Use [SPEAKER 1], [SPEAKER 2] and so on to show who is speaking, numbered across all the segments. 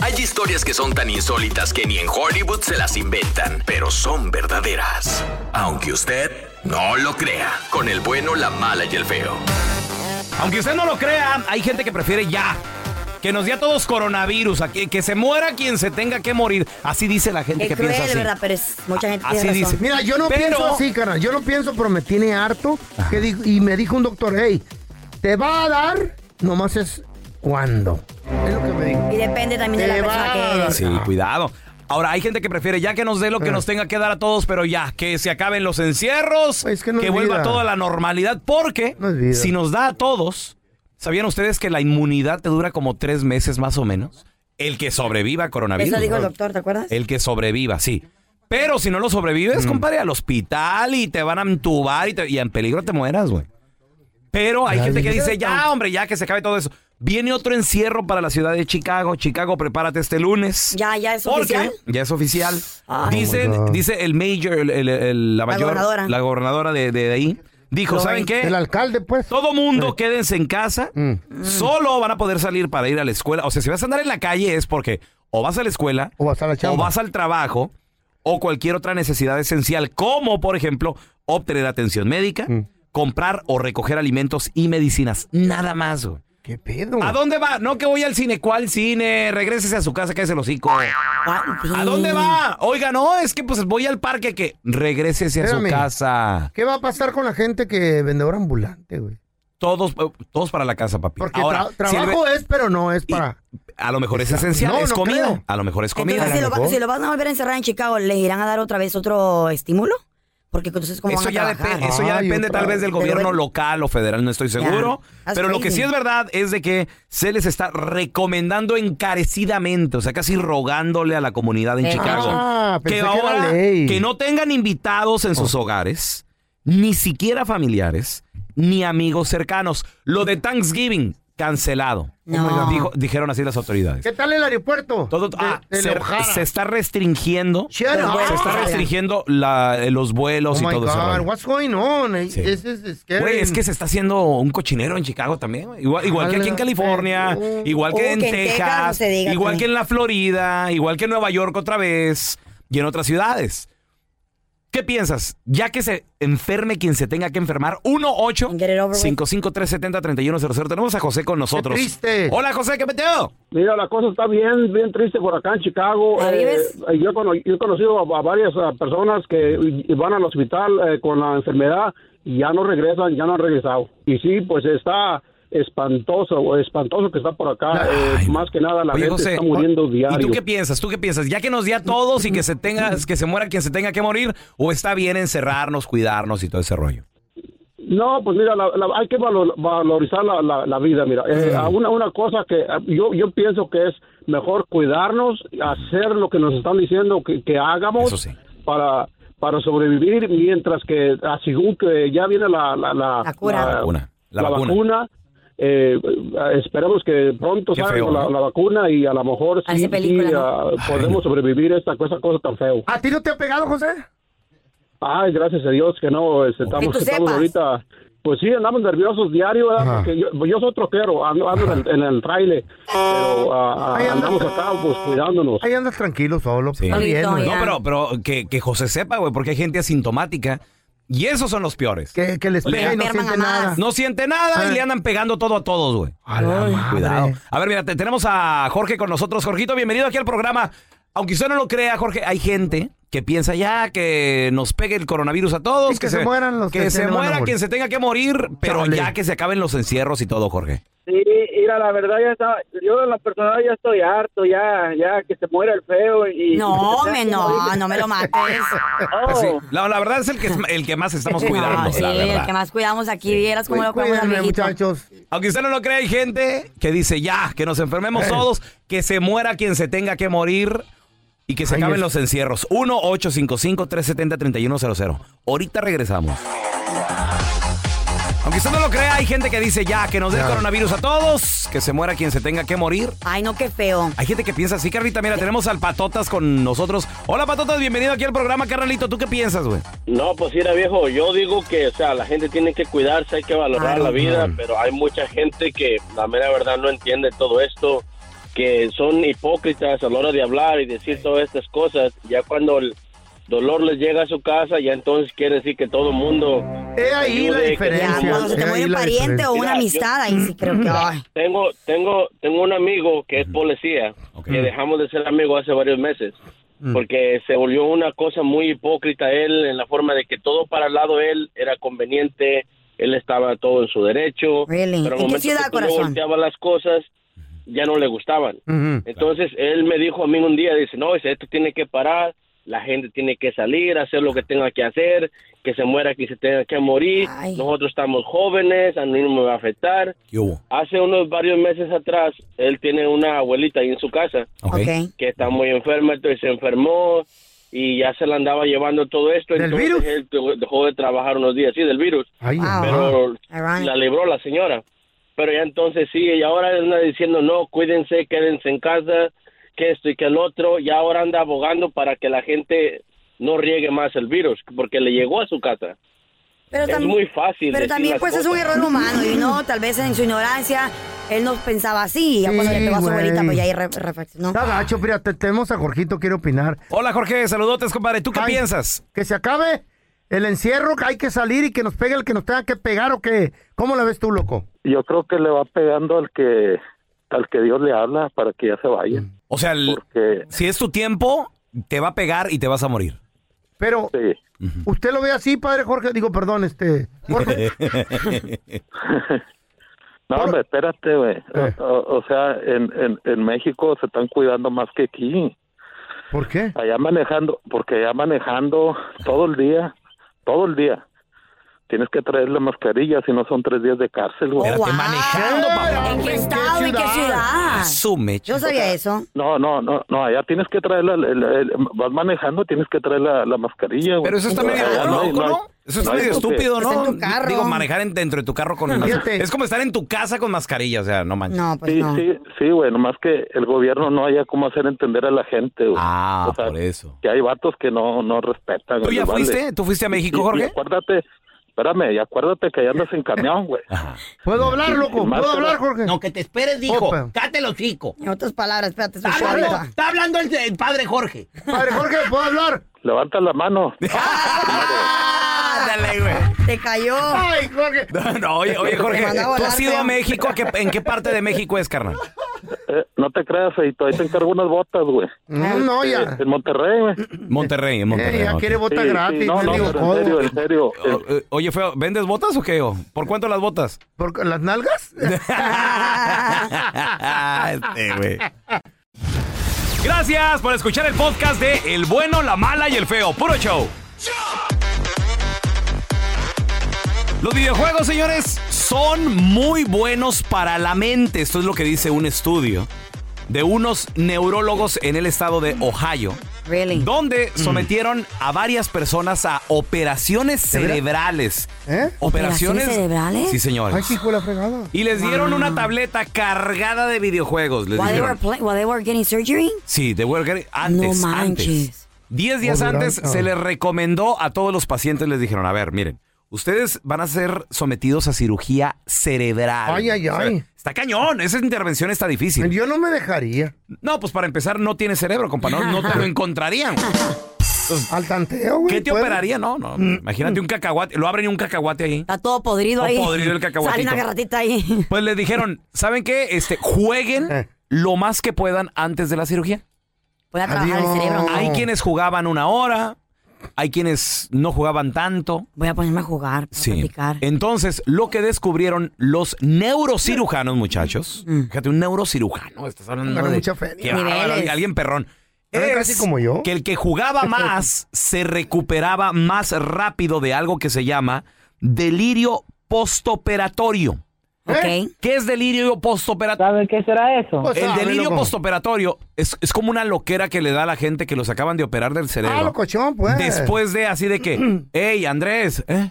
[SPEAKER 1] Hay historias que son tan insólitas que ni en Hollywood se las inventan, pero son verdaderas. Aunque usted no lo crea, con el bueno, la mala y el feo.
[SPEAKER 2] Aunque usted no lo crea, hay gente que prefiere ya. Que nos dé a todos coronavirus, a que, que se muera quien se tenga que morir. Así dice la gente
[SPEAKER 3] Qué
[SPEAKER 2] que
[SPEAKER 3] cruel,
[SPEAKER 2] piensa así.
[SPEAKER 3] ¿verdad? Pero es, mucha gente
[SPEAKER 2] así
[SPEAKER 3] tiene razón.
[SPEAKER 2] dice.
[SPEAKER 4] Mira, yo no
[SPEAKER 2] Pero-
[SPEAKER 4] pienso así, carnal. Yo no pienso, pero me tiene harto. Que dijo- y me dijo un doctor, hey, te va a dar, nomás es cuándo. Es lo que me dijo.
[SPEAKER 3] Y depende también de
[SPEAKER 4] Te
[SPEAKER 3] la
[SPEAKER 4] va
[SPEAKER 3] persona
[SPEAKER 4] a
[SPEAKER 3] que
[SPEAKER 4] dar. Eh.
[SPEAKER 2] Sí, cuidado. Ahora, hay gente que prefiere ya que nos dé lo que nos tenga que dar a todos, pero ya, que se acaben los encierros,
[SPEAKER 4] Pues Es que no es
[SPEAKER 2] vuelva
[SPEAKER 4] vida.
[SPEAKER 2] toda la normalidad, porque
[SPEAKER 4] No es vida.
[SPEAKER 2] si nos da a todos, ¿sabían ustedes que la inmunidad te dura como tres meses más o menos? El que sobreviva a coronavirus.
[SPEAKER 3] Eso dijo el doctor, ¿te acuerdas?
[SPEAKER 2] El que sobreviva, sí. Pero si no lo sobrevives,
[SPEAKER 3] Mm.
[SPEAKER 2] compadre, al hospital y te van a entubar y, te- y en peligro te mueras, güey. Pero hay gente que dice, ya, hombre, ya que se acabe todo eso. Viene otro encierro para la ciudad de Chicago. Chicago, prepárate este lunes.
[SPEAKER 3] Ya, ya es
[SPEAKER 2] Porque
[SPEAKER 3] oficial. Ah.
[SPEAKER 2] Ya es oficial.
[SPEAKER 3] Ay.
[SPEAKER 2] Dicen,
[SPEAKER 4] Oh my God.
[SPEAKER 2] dice el mayor, el- el- el- la
[SPEAKER 3] La
[SPEAKER 2] mayor,
[SPEAKER 3] gobernadora.
[SPEAKER 2] la gobernadora de, de ahí, dijo,
[SPEAKER 3] Lo
[SPEAKER 2] ¿saben
[SPEAKER 3] es.
[SPEAKER 2] qué?
[SPEAKER 4] El alcalde, pues.
[SPEAKER 2] Todo mundo quédense en casa.
[SPEAKER 4] Mm.
[SPEAKER 2] Solo van a poder salir para ir a la escuela. O sea, si vas a andar en la calle es porque o vas a la escuela,
[SPEAKER 4] O vas a la chamba.
[SPEAKER 2] o vas al trabajo, o cualquier otra necesidad esencial, como por ejemplo obtener atención médica,
[SPEAKER 4] Mm.
[SPEAKER 2] comprar o recoger alimentos y medicinas. Nada más. güey.
[SPEAKER 4] ¿Qué pedo?
[SPEAKER 2] ¿A dónde va? No que voy al cine. ¿Cuál cine? Regrésese a su casa, cállese el hocico.
[SPEAKER 3] Ah, sí.
[SPEAKER 2] ¿A dónde va? Oiga, no, es que pues voy al parque que regrésese a
[SPEAKER 4] Espérame.
[SPEAKER 2] su casa.
[SPEAKER 4] ¿Qué va a pasar con la gente que vendedora ambulante, güey?
[SPEAKER 2] Todos, eh, todos para la casa, papi.
[SPEAKER 4] Porque
[SPEAKER 2] Ahora,
[SPEAKER 4] tra-
[SPEAKER 2] si el ve-
[SPEAKER 4] trabajo es, pero no es para.
[SPEAKER 2] A lo mejor es esencial,
[SPEAKER 4] No,
[SPEAKER 2] es
[SPEAKER 4] no
[SPEAKER 2] comida.
[SPEAKER 4] creo.
[SPEAKER 2] A lo mejor es comida.
[SPEAKER 3] Entonces, si lo, va-
[SPEAKER 4] mejor.
[SPEAKER 3] si lo van a volver a encerrar en Chicago, ¿les irán a dar otra vez otro estímulo? Porque entonces, ¿cómo
[SPEAKER 2] eso,
[SPEAKER 3] van a
[SPEAKER 2] ya
[SPEAKER 3] trabajar?
[SPEAKER 2] depende, eso ya
[SPEAKER 4] Ay,
[SPEAKER 2] depende
[SPEAKER 4] otra
[SPEAKER 2] tal vez
[SPEAKER 4] vez.
[SPEAKER 2] del
[SPEAKER 3] Pero
[SPEAKER 2] gobierno
[SPEAKER 3] bueno.
[SPEAKER 2] local o federal, no estoy seguro.
[SPEAKER 3] that's
[SPEAKER 2] Pero lo que
[SPEAKER 3] crazy.
[SPEAKER 2] sí es verdad es de que se les está recomendando encarecidamente, o sea, casi rogándole a la comunidad en
[SPEAKER 3] Eh,
[SPEAKER 2] Chicago
[SPEAKER 4] ah, pensé
[SPEAKER 2] que
[SPEAKER 4] que era
[SPEAKER 2] ahora
[SPEAKER 4] ley. Oh.
[SPEAKER 2] que no tengan invitados en sus hogares, ni siquiera familiares, ni amigos cercanos. Lo de Thanksgiving cancelado.
[SPEAKER 3] No.
[SPEAKER 2] Dijo- dijeron así las autoridades.
[SPEAKER 4] ¿Qué tal el aeropuerto?
[SPEAKER 2] Todo-
[SPEAKER 4] De-
[SPEAKER 2] ah,
[SPEAKER 4] de
[SPEAKER 2] se,
[SPEAKER 4] Leojara.
[SPEAKER 2] se está restringiendo.
[SPEAKER 4] Shut
[SPEAKER 3] Pero
[SPEAKER 4] up.
[SPEAKER 3] bueno,
[SPEAKER 2] Se está
[SPEAKER 3] Ah.
[SPEAKER 2] restringiendo la- eh, los
[SPEAKER 4] Oh
[SPEAKER 2] vuelos y
[SPEAKER 4] my
[SPEAKER 2] todo eso.
[SPEAKER 4] God,
[SPEAKER 2] rollo.
[SPEAKER 4] what's going on?
[SPEAKER 2] Sí.
[SPEAKER 4] This is scary.
[SPEAKER 2] Güey, es que se está haciendo un cochinero en Chicago también. güey. Igual, igual que aquí en California,
[SPEAKER 4] Oh.
[SPEAKER 2] igual que
[SPEAKER 3] Oh,
[SPEAKER 2] en
[SPEAKER 3] que en Texas no
[SPEAKER 2] Texas,
[SPEAKER 3] se diga
[SPEAKER 2] igual que
[SPEAKER 3] también.
[SPEAKER 2] en la Florida, igual que en Nueva York otra vez y en otras ciudades. ¿Qué piensas? Ya que se enferme quien se tenga que enfermar, 1 8
[SPEAKER 3] And get it over with.
[SPEAKER 2] 55370 3100 Tenemos a José con nosotros.
[SPEAKER 4] triste.
[SPEAKER 2] Hola, José, ¿qué peteo?
[SPEAKER 5] Mira, la cosa está bien, bien triste por acá en Chicago.
[SPEAKER 3] ¿Ya
[SPEAKER 5] Eh,
[SPEAKER 3] vives?
[SPEAKER 5] eh, yo, he cono- yo he conocido a, a varias ah, personas que y- van al hospital eh, con la enfermedad y ya no regresan, ya no han regresado. Y sí, pues está espantoso, espantoso que está por acá. Eh,
[SPEAKER 2] Ay,
[SPEAKER 5] más que nada, la
[SPEAKER 2] Oye,
[SPEAKER 5] gente
[SPEAKER 2] José,
[SPEAKER 5] está muriendo
[SPEAKER 2] ¿y
[SPEAKER 5] diario.
[SPEAKER 2] tú qué piensas? ¿Tú qué piensas? ¿Ya que nos dé a todos y que se tenga, que se muera quien se tenga que morir? ¿O está bien encerrarnos, cuidarnos y todo ese rollo?
[SPEAKER 5] No, pues mira, la- la- hay que valor- valorizar la, la- la vida, mira.
[SPEAKER 2] Mm.
[SPEAKER 5] Eh, una, una cosa que eh, yo, yo pienso que es mejor cuidarnos, hacer lo que nos están diciendo que, que hagamos
[SPEAKER 2] Eso sí.
[SPEAKER 5] para, para sobrevivir, mientras que así como que ya viene la, la, la,
[SPEAKER 3] La cura.
[SPEAKER 2] La vacuna. La
[SPEAKER 5] la
[SPEAKER 2] vacuna.
[SPEAKER 5] vacuna, eh, eh, esperemos que pronto
[SPEAKER 2] Qué
[SPEAKER 5] salga
[SPEAKER 2] feo,
[SPEAKER 5] la,
[SPEAKER 2] ¿no?
[SPEAKER 5] la vacuna y a lo mejor sí,
[SPEAKER 3] Parece
[SPEAKER 5] sí,
[SPEAKER 3] película, ¿no?
[SPEAKER 5] ah, podemos sobrevivir esta cosa, cosa tan feo.
[SPEAKER 4] ¿A ti no te ha pegado, José?
[SPEAKER 5] Ay, gracias a Dios que no, este, estamos,
[SPEAKER 3] tú
[SPEAKER 5] estamos
[SPEAKER 3] sepas.
[SPEAKER 5] ahorita. Pues sí, andamos nerviosos diario, ¿verdad?
[SPEAKER 4] Ajá.
[SPEAKER 5] Porque yo, pues yo soy troquero, ando, ando en, el- en el trailer, pero ah, ah,
[SPEAKER 4] Ahí andas.
[SPEAKER 5] andamos acá pues cuidándonos.
[SPEAKER 4] Ahí andas tranquilo, solo.
[SPEAKER 2] Sí.
[SPEAKER 4] Está bien,
[SPEAKER 3] Solito,
[SPEAKER 4] güey.
[SPEAKER 2] No,
[SPEAKER 3] Ya.
[SPEAKER 2] pero, pero que, que José sepa, güey, porque hay gente asintomática y esos son los peores.
[SPEAKER 4] Que, que les
[SPEAKER 2] Le
[SPEAKER 4] pega y no
[SPEAKER 3] enferman
[SPEAKER 4] siente
[SPEAKER 3] a más.
[SPEAKER 4] nada.
[SPEAKER 2] No siente nada y
[SPEAKER 4] Ah.
[SPEAKER 2] le andan pegando todo a todos, güey.
[SPEAKER 4] A la madre.
[SPEAKER 2] Cuidado. A ver, mira, te- tenemos a Jorge con nosotros. Jorgito, bienvenido aquí al programa. Aunque usted no lo crea, Jorge, hay gente que piensa ya que nos pegue el coronavirus a todos,
[SPEAKER 4] Y que se mueran los
[SPEAKER 2] que,
[SPEAKER 4] que
[SPEAKER 2] se
[SPEAKER 4] se van a
[SPEAKER 2] muera
[SPEAKER 4] morir.
[SPEAKER 2] quien se tenga que morir, pero
[SPEAKER 4] Chale.
[SPEAKER 2] ya que se acaben los encierros y todo, Jorge.
[SPEAKER 6] Sí, mira, la verdad ya está, yo en lo personal ya estoy harto, ya, ya que se muera el feo y...
[SPEAKER 3] No,
[SPEAKER 6] y-
[SPEAKER 3] me, no, Ah, no me lo mates.
[SPEAKER 6] Oh,
[SPEAKER 2] Pues sí, la, la verdad es el que, es- el que más estamos cuidando,
[SPEAKER 3] No, sí,
[SPEAKER 2] la
[SPEAKER 3] el
[SPEAKER 2] verdad.
[SPEAKER 3] que más cuidamos aquí, vieras cómo lo cuidamos al
[SPEAKER 4] Cuídenme,
[SPEAKER 3] viejito.
[SPEAKER 4] muchachos.
[SPEAKER 2] Aunque usted no lo crea, hay gente que dice ya, que nos enfermemos todos, que se muera quien se tenga que morir. Y que se acaben los encierros. 1-855-370-3100. Ahorita regresamos. Aunque usted no lo crea, hay gente que dice ya que nos dé el coronavirus a todos, que se muera quien se tenga que morir.
[SPEAKER 3] Ay, no, qué feo.
[SPEAKER 2] Hay gente que piensa así, Carlita. Mira, tenemos al Patotas con nosotros. Hola, Patotas, bienvenido aquí al programa, Carnalito. ¿Tú qué piensas, güey?
[SPEAKER 7] No, pues mira viejo, yo digo que, o sea, la gente tiene que cuidarse, hay que valorar la vida, pero hay mucha gente que la mera verdad no entiende todo esto, que son hipócritas a la hora de hablar y decir todas estas cosas, ya cuando el dolor les llega a su casa, ya entonces quiere decir que todo el mundo...
[SPEAKER 4] He ahí la
[SPEAKER 7] ayude, que
[SPEAKER 4] diferencia.
[SPEAKER 7] todo el mundo-
[SPEAKER 3] Cuando se te muere un pariente o una
[SPEAKER 7] Mira, yo-
[SPEAKER 3] amistad, ahí sí creo que. ay.
[SPEAKER 7] Tengo, tengo, tengo un amigo que es policía, que dejamos de ser amigos hace varios meses, porque se volvió una cosa muy hipócrita él en la forma de que todo para el lado él era conveniente, él estaba todo en su derecho,
[SPEAKER 3] Really?
[SPEAKER 7] pero al
[SPEAKER 3] ¿En qué
[SPEAKER 7] momento
[SPEAKER 3] ciudad,
[SPEAKER 7] que tú le
[SPEAKER 3] corazón?
[SPEAKER 7] volteabas las cosas ya no le gustaban. Entonces él me dijo a mí un día, dice, no, dice, esto tiene que parar, la gente tiene que salir, hacer lo que tenga que hacer, que se muera, que se tenga que morir,
[SPEAKER 3] Ay.
[SPEAKER 7] nosotros estamos jóvenes, a mí no me va a afectar.
[SPEAKER 2] ¿Qué hubo?
[SPEAKER 7] Hace unos varios meses atrás, él tiene una abuelita ahí en su casa
[SPEAKER 3] Ok.
[SPEAKER 7] que está muy enferma, entonces se enfermó y ya se la andaba llevando todo esto.
[SPEAKER 4] ¿Del
[SPEAKER 7] entonces
[SPEAKER 4] virus?
[SPEAKER 7] Él tu- dejó de trabajar unos días, sí, del virus,
[SPEAKER 4] Ay,
[SPEAKER 3] Wow.
[SPEAKER 4] ajá.
[SPEAKER 7] pero
[SPEAKER 3] Ironic.
[SPEAKER 7] la libró la señora. Pero ya entonces sí, y ahora él anda diciendo, no, cuídense, quédense en casa, que esto y que el otro, y ahora anda abogando para que la gente no riegue más el virus, porque le llegó a su casa.
[SPEAKER 3] Pero
[SPEAKER 7] Es
[SPEAKER 3] tam-
[SPEAKER 7] muy fácil
[SPEAKER 3] Pero
[SPEAKER 7] decir
[SPEAKER 3] también,
[SPEAKER 7] las
[SPEAKER 3] pues, es un
[SPEAKER 7] cosas.
[SPEAKER 3] error humano. Y no, tal vez en su ignorancia, él no pensaba así. Y ya cuando
[SPEAKER 4] Sí,
[SPEAKER 3] le pegó a su
[SPEAKER 4] güey.
[SPEAKER 3] abuelita, pues ya ahí re- reflexionó.
[SPEAKER 4] Está gacho, mira, te- tenemos a Jorgito, quiere opinar.
[SPEAKER 2] Hola, Jorge. Saludotes, compadre. ¿Tú qué
[SPEAKER 4] Ay.
[SPEAKER 2] piensas?
[SPEAKER 4] Que se acabe el encierro, que hay que salir y que nos pegue el que nos tenga que pegar o qué. ¿Cómo la ves tú, loco?
[SPEAKER 8] Yo creo que le va pegando al que al que Dios le habla para que ya se vaya.
[SPEAKER 2] O sea, el-
[SPEAKER 8] Porque
[SPEAKER 2] si es tu tiempo, te va a pegar y te vas a morir.
[SPEAKER 4] Pero,
[SPEAKER 8] sí,
[SPEAKER 4] ¿usted lo ve así, padre Jorge? Digo, perdón, este. Jorge.
[SPEAKER 8] no,
[SPEAKER 4] Por-
[SPEAKER 8] hombre, espérate, güey.
[SPEAKER 4] Eh.
[SPEAKER 8] O, o- o sea, en, en, en México se están cuidando más que aquí.
[SPEAKER 4] ¿Por qué?
[SPEAKER 8] Allá manejando, porque allá manejando todo el día, todo el día. Tienes que traer la mascarilla, si no son tres días de cárcel, güey.
[SPEAKER 2] Espérate,
[SPEAKER 3] wow.
[SPEAKER 2] manejando, papá.
[SPEAKER 3] ¿En
[SPEAKER 4] ¿En qué
[SPEAKER 3] qué estado? ¿En qué
[SPEAKER 4] ciudad?
[SPEAKER 3] ciudad?
[SPEAKER 2] Asume.
[SPEAKER 3] Yo sabía eso.
[SPEAKER 8] No, no, no, no, allá tienes que traer la, el- el- vas manejando, tienes que traer la, la mascarilla, güey.
[SPEAKER 2] Pero eso está medio
[SPEAKER 8] Allá no hay-
[SPEAKER 2] loco,
[SPEAKER 8] no hay-
[SPEAKER 2] ¿no? Eso está
[SPEAKER 8] no hay
[SPEAKER 2] medio
[SPEAKER 8] por qué.
[SPEAKER 2] estúpido,
[SPEAKER 3] Está
[SPEAKER 2] ¿no?
[SPEAKER 3] en tu carro.
[SPEAKER 2] Digo, manejar en- dentro de tu carro con mascarilla.
[SPEAKER 4] Fíjate.
[SPEAKER 2] Es como estar en tu casa con mascarilla, o sea, no manches.
[SPEAKER 3] No, pues
[SPEAKER 8] Sí,
[SPEAKER 3] no.
[SPEAKER 8] sí, sí, güey, nomás que el gobierno no haya cómo hacer entender a la gente, güey.
[SPEAKER 2] Ah,
[SPEAKER 8] O sea,
[SPEAKER 2] por eso.
[SPEAKER 8] Que hay vatos que no, no respetan.
[SPEAKER 2] ¿Tú
[SPEAKER 8] güey,
[SPEAKER 2] ya
[SPEAKER 8] les vale.
[SPEAKER 2] fuiste? ¿Tú fuiste a
[SPEAKER 8] Y-
[SPEAKER 2] México,
[SPEAKER 8] y
[SPEAKER 2] Jorge?
[SPEAKER 8] acuérdate, espérame, y acuérdate que ya andas en camión, güey.
[SPEAKER 4] ¿Puedo hablar, loco? ¿Puedo
[SPEAKER 8] sin máscara.
[SPEAKER 4] hablar, Jorge?
[SPEAKER 2] que te esperes,
[SPEAKER 4] dijo. Opa.
[SPEAKER 2] Cáte los hocico.
[SPEAKER 3] En otras palabras, espérate, su ahorita.
[SPEAKER 2] hablando el, padre Jorge.
[SPEAKER 4] Padre Jorge, ¿puedo hablar?
[SPEAKER 8] Levanta la mano.
[SPEAKER 2] Ándale, güey.
[SPEAKER 3] Te cayó.
[SPEAKER 4] Ay, Jorge.
[SPEAKER 2] No, no, oye, oye, Jorge,
[SPEAKER 3] Te mandó a
[SPEAKER 2] ¿tú
[SPEAKER 3] volar,
[SPEAKER 2] has ido
[SPEAKER 3] feo.
[SPEAKER 2] a México? ¿A qué- ¿En qué parte de México es, carnal?
[SPEAKER 8] Eh, no te creas, ahí, ahí te encargo unas botas, güey.
[SPEAKER 4] No, no,
[SPEAKER 8] Eh,
[SPEAKER 4] ya.
[SPEAKER 8] En Monterrey, güey.
[SPEAKER 2] Monterrey, en
[SPEAKER 4] Eh,
[SPEAKER 2] Monterrey.
[SPEAKER 4] ya
[SPEAKER 2] ok.
[SPEAKER 4] quiere
[SPEAKER 8] Sí,
[SPEAKER 4] bota
[SPEAKER 8] sí,
[SPEAKER 4] gratis.
[SPEAKER 8] no,
[SPEAKER 4] le
[SPEAKER 8] no,
[SPEAKER 4] digo,
[SPEAKER 8] pero en
[SPEAKER 4] todo.
[SPEAKER 8] serio, en serio. eh,
[SPEAKER 2] O- eh, Oye, feo, ¿vendes botas o qué? o? ¿Por cuánto las botas?
[SPEAKER 4] ¿Por las nalgas?
[SPEAKER 2] Este, güey. Gracias por escuchar el podcast de El Bueno, la Mala y el Feo. Puro show. Los videojuegos, señores, son muy buenos para la mente. Esto es lo que dice un estudio de unos neurólogos en el estado de Ohio,
[SPEAKER 3] Really.
[SPEAKER 2] donde sometieron a varias personas a operaciones cerebrales.
[SPEAKER 4] ¿Eh?
[SPEAKER 2] ¿Operaciones?
[SPEAKER 3] ¿Operaciones cerebrales?
[SPEAKER 2] Sí, señores.
[SPEAKER 4] Ay, sí, hijo de la fregada.
[SPEAKER 2] Y les dieron
[SPEAKER 3] Ah.
[SPEAKER 2] una tableta cargada de videojuegos. Les
[SPEAKER 3] While they, were
[SPEAKER 2] dijeron.
[SPEAKER 3] play- while they were getting surgery?
[SPEAKER 2] Sí, de World Game, Antes,
[SPEAKER 3] No manches.
[SPEAKER 2] antes. Diez días
[SPEAKER 4] Oh, durante-
[SPEAKER 2] antes
[SPEAKER 4] ah.
[SPEAKER 2] se les recomendó a todos los pacientes, les dijeron, a ver, miren, ustedes van a ser sometidos a cirugía cerebral.
[SPEAKER 4] Ay, ay, ay.
[SPEAKER 2] está cañón, esa intervención está difícil.
[SPEAKER 4] Yo no me dejaría.
[SPEAKER 2] No, pues para empezar, no tiene cerebro, compa, no, no te lo encontrarían.
[SPEAKER 4] Al tanteo, güey. Mm.
[SPEAKER 2] ¿Qué te
[SPEAKER 4] puedo.
[SPEAKER 2] operaría? No, no, imagínate un cacahuate, lo abren y un cacahuate ahí.
[SPEAKER 3] Está todo podrido
[SPEAKER 2] Todo
[SPEAKER 3] ahí.
[SPEAKER 2] podrido el cacahuatito.
[SPEAKER 3] Sale una garratita ahí.
[SPEAKER 2] Pues les dijeron, ¿saben qué? Este, jueguen
[SPEAKER 4] Eh.
[SPEAKER 2] lo más que puedan antes de la cirugía.
[SPEAKER 3] Voy a trabajar el
[SPEAKER 4] Adiós.
[SPEAKER 3] cerebro.
[SPEAKER 2] Hay
[SPEAKER 4] Oh.
[SPEAKER 2] quienes jugaban una hora, hay quienes no jugaban tanto.
[SPEAKER 3] Voy a ponerme a jugar, a
[SPEAKER 2] Sí.
[SPEAKER 3] platicar.
[SPEAKER 2] Entonces, lo que descubrieron los neurocirujanos, muchachos.
[SPEAKER 3] Mm.
[SPEAKER 2] Fíjate, un neurocirujano, estás hablando
[SPEAKER 4] Gana
[SPEAKER 2] de
[SPEAKER 4] mucha feria.
[SPEAKER 2] qué bárbaro,
[SPEAKER 3] Niveles.
[SPEAKER 2] alguien perrón.
[SPEAKER 4] Eran casi como yo.
[SPEAKER 2] Que el que jugaba más se recuperaba más rápido de algo que se llama delirio postoperatorio.
[SPEAKER 9] ¿Eh?
[SPEAKER 3] Ok.
[SPEAKER 2] ¿Qué es delirio postoperatorio?
[SPEAKER 10] ¿Saben qué será eso?
[SPEAKER 9] Pues,
[SPEAKER 2] El
[SPEAKER 9] sabe,
[SPEAKER 2] delirio
[SPEAKER 9] loco.
[SPEAKER 2] postoperatorio es, es como una loquera que le da a la gente que los acaban de operar del
[SPEAKER 9] Ah,
[SPEAKER 2] cerebro.
[SPEAKER 9] locochón, pues.
[SPEAKER 2] Después de así de que, hey, Andrés, ¿eh?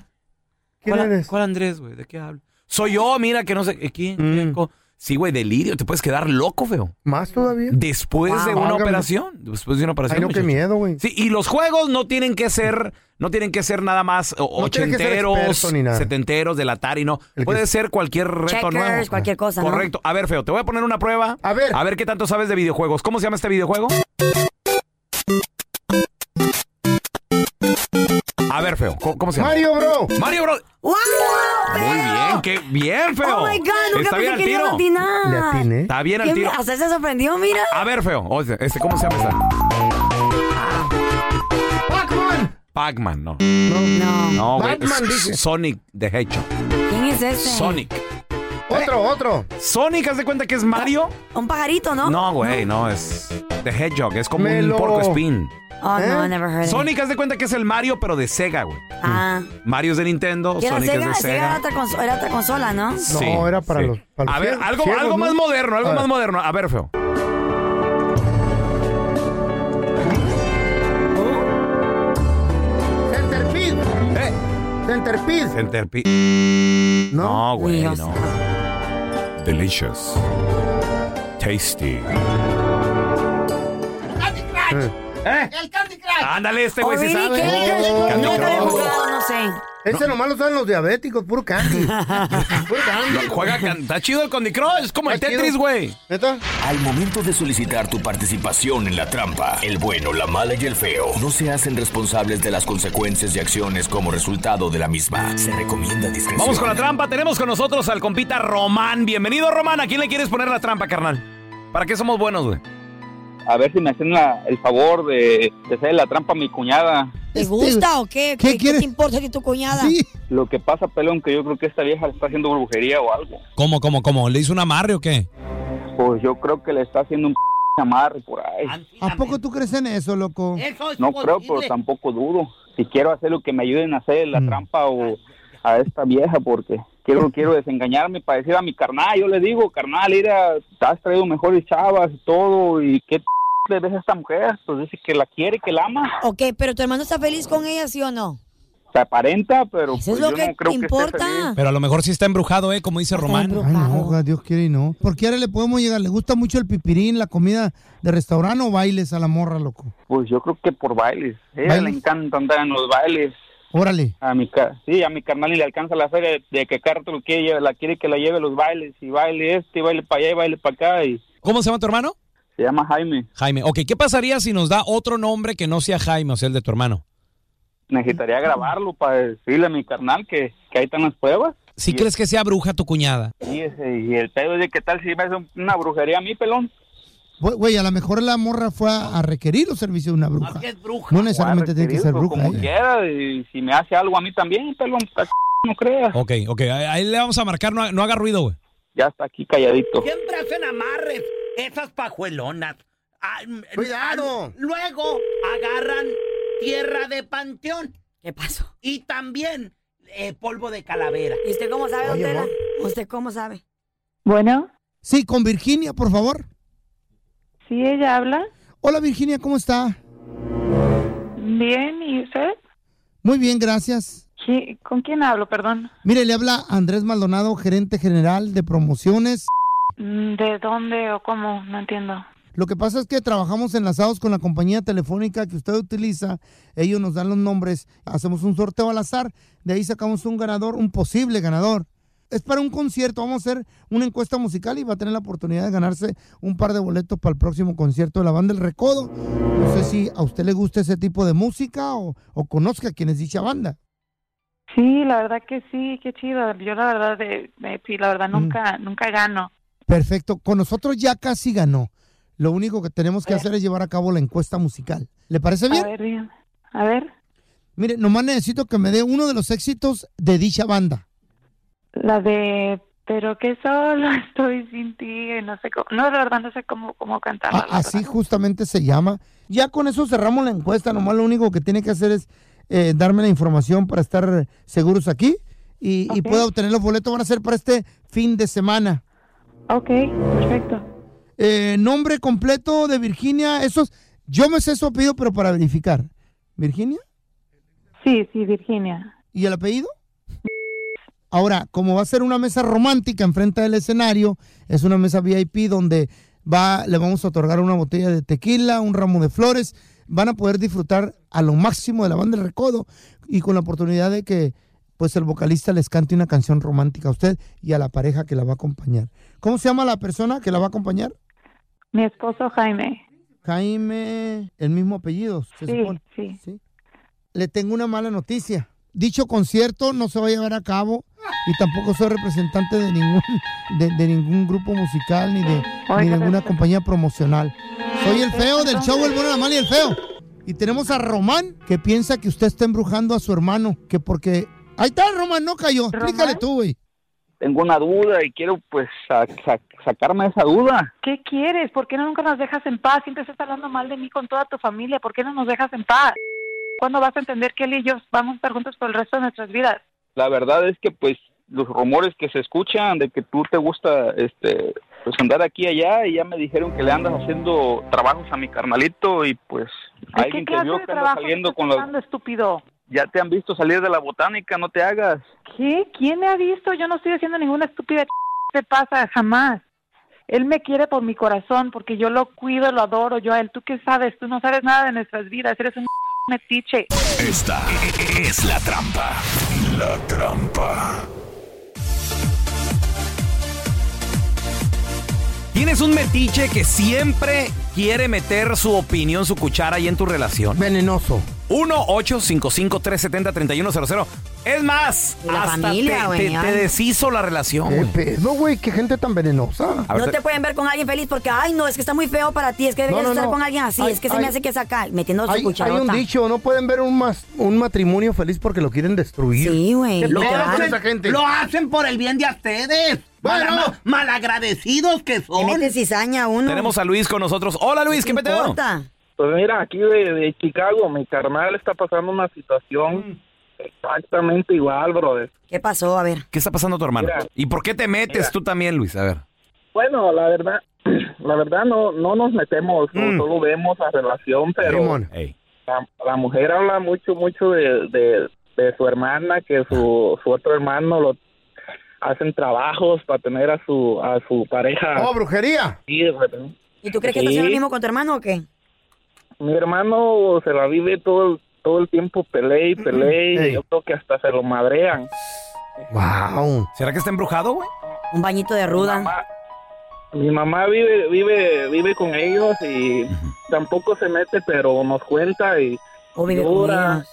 [SPEAKER 9] ¿Quién
[SPEAKER 2] ¿Cuál,
[SPEAKER 9] eres?
[SPEAKER 2] cuál Andrés, güey? ¿De qué hablo? Soy yo, mira, que no sé. eh, ¿Quién?
[SPEAKER 9] Mm.
[SPEAKER 2] ¿Quién? Co- Sí, güey, delirio. Te puedes quedar loco, feo.
[SPEAKER 9] ¿Más todavía?
[SPEAKER 2] Después
[SPEAKER 3] Wow.
[SPEAKER 2] de una
[SPEAKER 9] Válgame.
[SPEAKER 2] operación. Después de una operación.
[SPEAKER 9] Ay, no, qué
[SPEAKER 2] muchacho.
[SPEAKER 9] miedo, güey.
[SPEAKER 2] Sí, y los juegos no tienen que ser, no tienen que ser nada más o-
[SPEAKER 9] No tiene que ser
[SPEAKER 2] ochenteros,
[SPEAKER 9] experto ni nada.
[SPEAKER 2] setenteros, del Atari, no.
[SPEAKER 9] El que-
[SPEAKER 2] Puede ser cualquier reto
[SPEAKER 3] Checkers,
[SPEAKER 2] nuevo.
[SPEAKER 3] cualquier cosa, ¿no?
[SPEAKER 2] Correcto. A ver, Feo, te voy a poner una prueba.
[SPEAKER 9] A ver.
[SPEAKER 2] A ver qué tanto sabes de videojuegos. ¿Cómo se llama este videojuego? A ver, Feo, ¿cómo, cómo se llama?
[SPEAKER 9] Mario, bro.
[SPEAKER 2] Mario Bros.
[SPEAKER 3] ¡Wow!
[SPEAKER 2] Muy bien, qué bien, Feo.
[SPEAKER 3] Oh my God, nunca
[SPEAKER 2] Está bien
[SPEAKER 3] pensé
[SPEAKER 2] al
[SPEAKER 3] que le iba a
[SPEAKER 2] tiro.
[SPEAKER 3] atinar.
[SPEAKER 9] Le atiné.
[SPEAKER 2] Está bien al
[SPEAKER 3] ¿Qué
[SPEAKER 2] tiro. Ah,
[SPEAKER 3] me- Hasta se sorprendió, mira.
[SPEAKER 2] A ver, Feo, o sea, este, ¿cómo se llama esta?
[SPEAKER 9] Pac-Man.
[SPEAKER 2] Pac-Man, no.
[SPEAKER 3] No.
[SPEAKER 2] No, güey.
[SPEAKER 9] Batman,
[SPEAKER 2] es
[SPEAKER 9] dije.
[SPEAKER 2] Sonic the Hedgehog.
[SPEAKER 3] ¿Quién es ese?
[SPEAKER 2] Sonic.
[SPEAKER 9] Otro, otro.
[SPEAKER 2] Sonic, ¿haz de cuenta que es Mario?
[SPEAKER 3] Un pajarito, ¿no?
[SPEAKER 2] No, güey, no, es The Hedgehog, es como
[SPEAKER 9] Me
[SPEAKER 2] un
[SPEAKER 9] lo-
[SPEAKER 2] porco spin.
[SPEAKER 3] Oh, no,
[SPEAKER 9] ¿Eh?
[SPEAKER 3] never heard of it.
[SPEAKER 2] Sonic, haz de cuenta que es el Mario, pero de Sega, güey.
[SPEAKER 3] Ah.
[SPEAKER 2] Mario es de Nintendo,
[SPEAKER 3] Y era
[SPEAKER 2] Sonic
[SPEAKER 3] Sega,
[SPEAKER 2] es de
[SPEAKER 3] Sega era
[SPEAKER 2] Sega.
[SPEAKER 3] otra, conso- era otra consola, ¿no?
[SPEAKER 2] Sí,
[SPEAKER 9] No, era para los- para los
[SPEAKER 2] A ver,
[SPEAKER 9] ciegos,
[SPEAKER 2] algo,
[SPEAKER 9] ciegos,
[SPEAKER 2] algo
[SPEAKER 9] ¿no?
[SPEAKER 2] más moderno, algo
[SPEAKER 9] A ver.
[SPEAKER 2] más moderno. A ver, feo.
[SPEAKER 9] Centerfield.
[SPEAKER 2] Eh,
[SPEAKER 9] Centerfield.
[SPEAKER 2] Centerpi-
[SPEAKER 9] No.
[SPEAKER 2] No, güey,
[SPEAKER 3] Dios.
[SPEAKER 2] no. Delicious. Tasty. ¿Eh?
[SPEAKER 4] El Candy Crush.
[SPEAKER 2] Ándale, este
[SPEAKER 3] O
[SPEAKER 2] güey sí
[SPEAKER 3] Billy
[SPEAKER 2] sabe.
[SPEAKER 3] Cage,
[SPEAKER 9] Oh.
[SPEAKER 3] nunca lo he
[SPEAKER 2] Candy
[SPEAKER 3] jugado, no sé.
[SPEAKER 9] Ese nomás lo saben los diabéticos, puro candy. puro candy.
[SPEAKER 2] Juega, can- está chido el Candy Crush, es como el
[SPEAKER 9] Está chido.
[SPEAKER 2] Tetris, güey.
[SPEAKER 9] ¿Neta?
[SPEAKER 1] Al momento de solicitar tu participación en la trampa, el bueno, la mala y el feo no se hacen responsables de las consecuencias y acciones como resultado de la misma. Se recomienda discreción.
[SPEAKER 2] Vamos con la trampa. Tenemos con nosotros al compita Román. Bienvenido, Román. ¿A quién le quieres poner la trampa, carnal? ¿Para qué somos buenos, güey?
[SPEAKER 11] A ver si me hacen la- el favor de, de hacer la trampa a mi cuñada.
[SPEAKER 4] ¿Te
[SPEAKER 3] ¿Te
[SPEAKER 4] Este-
[SPEAKER 3] gusta o qué?
[SPEAKER 4] ¿Qué ¿Qué- qué
[SPEAKER 3] ¿Qué
[SPEAKER 4] quieres?
[SPEAKER 3] te
[SPEAKER 4] te
[SPEAKER 3] importa si tu cuñada?
[SPEAKER 4] Sí.
[SPEAKER 11] Lo que pasa, pelón, que yo creo que esta vieja le está haciendo brujería o algo.
[SPEAKER 12] ¿Cómo, cómo, cómo? ¿Le hizo un amarre o qué?
[SPEAKER 11] Pues yo creo que le está haciendo un p- amarre por ahí.
[SPEAKER 3] Ah,
[SPEAKER 4] ¿A poco tú crees en eso, loco?
[SPEAKER 11] No creo, pues. pero tampoco dudo. Si quiero hacer lo que me ayuden a hacer
[SPEAKER 4] Mm.
[SPEAKER 11] la trampa o a esta vieja, porque quiero quiero desengañarme para decir a mi carnal, yo le digo, carnal, mira, te has traído mejores chavas y todo, y qué p- le ves a esta mujer, pues dice que la quiere, que la ama,
[SPEAKER 3] Ok, pero tu hermano está feliz con ella, ¿sí o no?
[SPEAKER 11] se aparenta,
[SPEAKER 3] Eso
[SPEAKER 11] pero
[SPEAKER 3] es
[SPEAKER 11] pues,
[SPEAKER 3] lo
[SPEAKER 11] yo
[SPEAKER 3] que
[SPEAKER 11] no creo que esté
[SPEAKER 3] importa.
[SPEAKER 11] feliz.
[SPEAKER 12] Pero a lo mejor sí Ah. está embrujado, ¿eh? Como dice Román.
[SPEAKER 4] Ay, no, ojalá Dios quiere y no. Porque ahora le podemos llegar. ¿Le gusta mucho el pipirín, la comida de restaurante o bailes a la morra, loco?
[SPEAKER 11] Pues yo creo que por bailes, ¿eh? a ella le
[SPEAKER 4] ¿Bailes?
[SPEAKER 11] encanta andar en los bailes.
[SPEAKER 4] Órale.
[SPEAKER 11] A mi ca- sí, a mi carnal y le alcanza la feria de, de que Carter lo quiere, llevar, la quiere que la lleve a los bailes, y baile este, y baile para allá, y baile para acá, y
[SPEAKER 12] ¿Cómo se llama tu hermano?
[SPEAKER 11] se llama Jaime.
[SPEAKER 12] Jaime. Ok, ¿qué pasaría si nos da otro nombre que no sea Jaime, o sea, el de tu hermano?
[SPEAKER 11] Necesitaría grabarlo para decirle a mi carnal que, que ahí están las pruebas.
[SPEAKER 12] Si
[SPEAKER 11] Sí.
[SPEAKER 12] crees que sea bruja tu cuñada.
[SPEAKER 11] Y, ese- y el pedo es de qué tal si me hace un- una brujería a mí, pelón.
[SPEAKER 4] Güey, Güey, a lo mejor la morra fue a, a requerir los servicios de una bruja. No necesariamente
[SPEAKER 11] O a
[SPEAKER 4] tiene que ser
[SPEAKER 11] requerirlo,
[SPEAKER 4] bruja. ¿eh?
[SPEAKER 11] Como
[SPEAKER 4] ella.
[SPEAKER 11] quiera, y si me hace algo a mí también, pelón, ta- no creas.
[SPEAKER 12] Ok, ok, a- ahí le vamos a marcar, no, ha- no haga ruido, güey.
[SPEAKER 11] Ya está aquí calladito.
[SPEAKER 13] Siempre hacen amarres esas pajuelonas. Ah, mm,
[SPEAKER 9] Cuidado.
[SPEAKER 13] ah, Luego agarran tierra de panteón
[SPEAKER 3] ¿Qué pasó?
[SPEAKER 13] y también eh, polvo de calavera.
[SPEAKER 3] ¿Y usted cómo sabe, don
[SPEAKER 9] Oye,
[SPEAKER 3] Tela?
[SPEAKER 9] amor.
[SPEAKER 3] ¿Usted cómo sabe?
[SPEAKER 10] Bueno,
[SPEAKER 4] Sí, con Virginia, por favor.
[SPEAKER 10] si ella habla,
[SPEAKER 4] Hola, Virginia, ¿cómo está?
[SPEAKER 10] bien, ¿y usted?
[SPEAKER 4] Muy bien, gracias.
[SPEAKER 10] ¿Qui- ¿Con quién hablo, perdón?
[SPEAKER 4] Mire, le habla Andrés Maldonado, gerente general de promociones.
[SPEAKER 10] Mm, ¿De dónde o cómo? No entiendo.
[SPEAKER 4] Lo que pasa es que trabajamos enlazados con la compañía telefónica que usted utiliza. Ellos nos dan los nombres, hacemos un sorteo al azar, de ahí sacamos un ganador, un posible ganador. Es para un concierto, vamos a hacer una encuesta musical y va a tener la oportunidad de ganarse un par de boletos para el próximo concierto de la banda El Recodo. No sé si a usted le gusta ese tipo de música o, o conozca quién es dicha banda.
[SPEAKER 10] Sí, la verdad que sí, qué chido. Yo la verdad, de, de- sí, la verdad nunca, nunca gano.
[SPEAKER 4] Perfecto, con nosotros ya casi ganó. Lo único que tenemos que hacer es llevar a cabo la encuesta musical. ¿Le parece bien?
[SPEAKER 10] A ver, dígame. A ver,
[SPEAKER 4] Mire, nomás necesito que me dé uno de los éxitos de dicha banda.
[SPEAKER 10] la de... Pero que solo estoy sin ti, y no sé cómo, no, la verdad no sé cómo, cómo cantarla.
[SPEAKER 4] A-
[SPEAKER 10] la
[SPEAKER 4] así
[SPEAKER 10] verdad.
[SPEAKER 4] justamente se llama. Ya con eso cerramos la encuesta. Nomás lo único que tiene que hacer es eh, darme la información para estar seguros aquí.
[SPEAKER 14] y, y pueda obtener los boletos. Van a ser para este fin de semana. Ok, perfecto. nombre completo de Virginia, esos, yo me sé su apellido, pero para verificar. ¿Virginia? Sí, sí, Virginia. ¿Y el apellido? Ahora, como va a ser una mesa romántica enfrente del escenario, es una mesa VIP donde va, le vamos a otorgar una botella de tequila, un ramo de flores, van a poder disfrutar a lo máximo de la banda del recodo y con la oportunidad de que pues el vocalista les cante una canción romántica a usted y a la pareja que la va a acompañar. ¿Cómo se llama la persona que la va a acompañar?
[SPEAKER 10] Mi esposo Jaime.
[SPEAKER 14] Jaime, el mismo apellido, se
[SPEAKER 10] Sí,
[SPEAKER 14] supone.
[SPEAKER 10] sí.
[SPEAKER 14] Le tengo una mala noticia. Dicho concierto no se va a llevar a cabo y tampoco soy representante de ningún, de, de ningún grupo musical ni de,
[SPEAKER 10] Oiga,
[SPEAKER 14] ni de ninguna
[SPEAKER 10] doctor.
[SPEAKER 14] compañía promocional. Soy el feo del show, el bueno, la mala y el feo. Y tenemos a Román que piensa que usted está embrujando a su hermano, que porque... Ahí está, Román, no cayó. Explícale tú, güey.
[SPEAKER 11] Tengo una duda y quiero pues sa- sa- sacarme esa duda.
[SPEAKER 10] ¿Qué quieres? ¿Por qué no nunca nos dejas en paz? Siempre estás hablando mal de mí con toda tu familia. ¿Por qué no nos dejas en paz? ¿Cuándo vas a entender que él y yo vamos a estar juntos por el resto de nuestras vidas?
[SPEAKER 11] La verdad es que pues los rumores que se escuchan de que tú te gusta este pues andar aquí y allá y ya me dijeron que le andas haciendo trabajos a mi carnalito y pues
[SPEAKER 10] ¿De
[SPEAKER 11] alguien
[SPEAKER 10] qué
[SPEAKER 11] que
[SPEAKER 10] clase
[SPEAKER 11] vio
[SPEAKER 10] de
[SPEAKER 11] que anda
[SPEAKER 10] trabajo
[SPEAKER 11] saliendo
[SPEAKER 10] estás
[SPEAKER 11] con los
[SPEAKER 10] hablando, estúpido?
[SPEAKER 11] ya te han visto salir de la botánica, no te hagas.
[SPEAKER 10] ¿Qué? ¿Quién me ha visto? Yo no estoy haciendo ninguna estúpida ch... te pasa jamás. Él me quiere por mi corazón porque yo lo cuido, lo adoro yo a él. ¿Tú qué sabes? Tú no sabes nada de nuestras vidas. Eres un metiche.
[SPEAKER 1] Esta es la trampa. La trampa.
[SPEAKER 2] ¿Tienes un metiche que siempre quiere meter su opinión, su cuchara ahí en tu relación?
[SPEAKER 4] Venenoso.
[SPEAKER 2] 1-855-370-3100. Es más,
[SPEAKER 4] La
[SPEAKER 2] hasta
[SPEAKER 4] familia,
[SPEAKER 2] te-
[SPEAKER 4] güey,
[SPEAKER 2] te,
[SPEAKER 3] ¿ah?
[SPEAKER 2] te
[SPEAKER 4] ay.
[SPEAKER 2] deshizo la relación.
[SPEAKER 4] ¿Qué
[SPEAKER 2] güey.
[SPEAKER 4] pedo, güey? ¿Qué gente tan venenosa?
[SPEAKER 2] A ver,
[SPEAKER 3] No te pueden ver con alguien feliz porque, ay, no, es que está muy feo para ti, es que deberías
[SPEAKER 4] no,
[SPEAKER 3] estar
[SPEAKER 4] no.
[SPEAKER 3] con alguien así,
[SPEAKER 4] Ay,
[SPEAKER 3] es que se
[SPEAKER 4] ay.
[SPEAKER 3] me hace que es acá, metiendo su
[SPEAKER 4] Hay, hay
[SPEAKER 3] cucharota.
[SPEAKER 4] un dicho, no pueden ver un, mas- un matrimonio feliz porque lo quieren destruir.
[SPEAKER 3] Sí, güey.
[SPEAKER 4] Lo
[SPEAKER 13] Lo
[SPEAKER 4] hagan con
[SPEAKER 13] hacen,
[SPEAKER 4] esa gente.
[SPEAKER 13] lo hacen por el bien de ustedes.
[SPEAKER 4] Bueno.
[SPEAKER 13] Mala- ma- malagradecidos que son.
[SPEAKER 3] Mete cizaña uno.
[SPEAKER 2] Tenemos a Luis con nosotros. Hola Luis, ¿qué peteo?
[SPEAKER 3] importa?
[SPEAKER 6] Pues mira, aquí de, de Chicago, mi carnal está pasando una situación exactamente igual, brother.
[SPEAKER 3] ¿Qué pasó? A ver.
[SPEAKER 2] ¿Qué está pasando tu hermano?
[SPEAKER 6] Mira.
[SPEAKER 2] ¿Y por qué te metes tú también, Luis? A ver.
[SPEAKER 6] Bueno, la verdad, la verdad no, no nos metemos, no- solo vemos la relación, pero
[SPEAKER 2] Simón. Ey.
[SPEAKER 6] la, la mujer habla mucho, mucho de, de, de su hermana, que su, su otro hermano lo hacen trabajos para tener a su a su pareja.
[SPEAKER 4] Oh, brujería.
[SPEAKER 6] Sí, de repente.
[SPEAKER 3] ¿Y tú crees que está haciendo
[SPEAKER 6] Sí.
[SPEAKER 3] lo mismo con tu hermano o qué?
[SPEAKER 6] Mi hermano se la vive todo el, todo el tiempo pelea y pelea y
[SPEAKER 2] Ey.
[SPEAKER 6] yo creo que hasta se lo madrean.
[SPEAKER 4] Wow.
[SPEAKER 2] ¿Será que está embrujado, güey?
[SPEAKER 3] Un bañito de ruda.
[SPEAKER 6] Mi mamá vive vive vive con ellos y tampoco se mete, pero nos cuenta y
[SPEAKER 3] vive con
[SPEAKER 6] llora.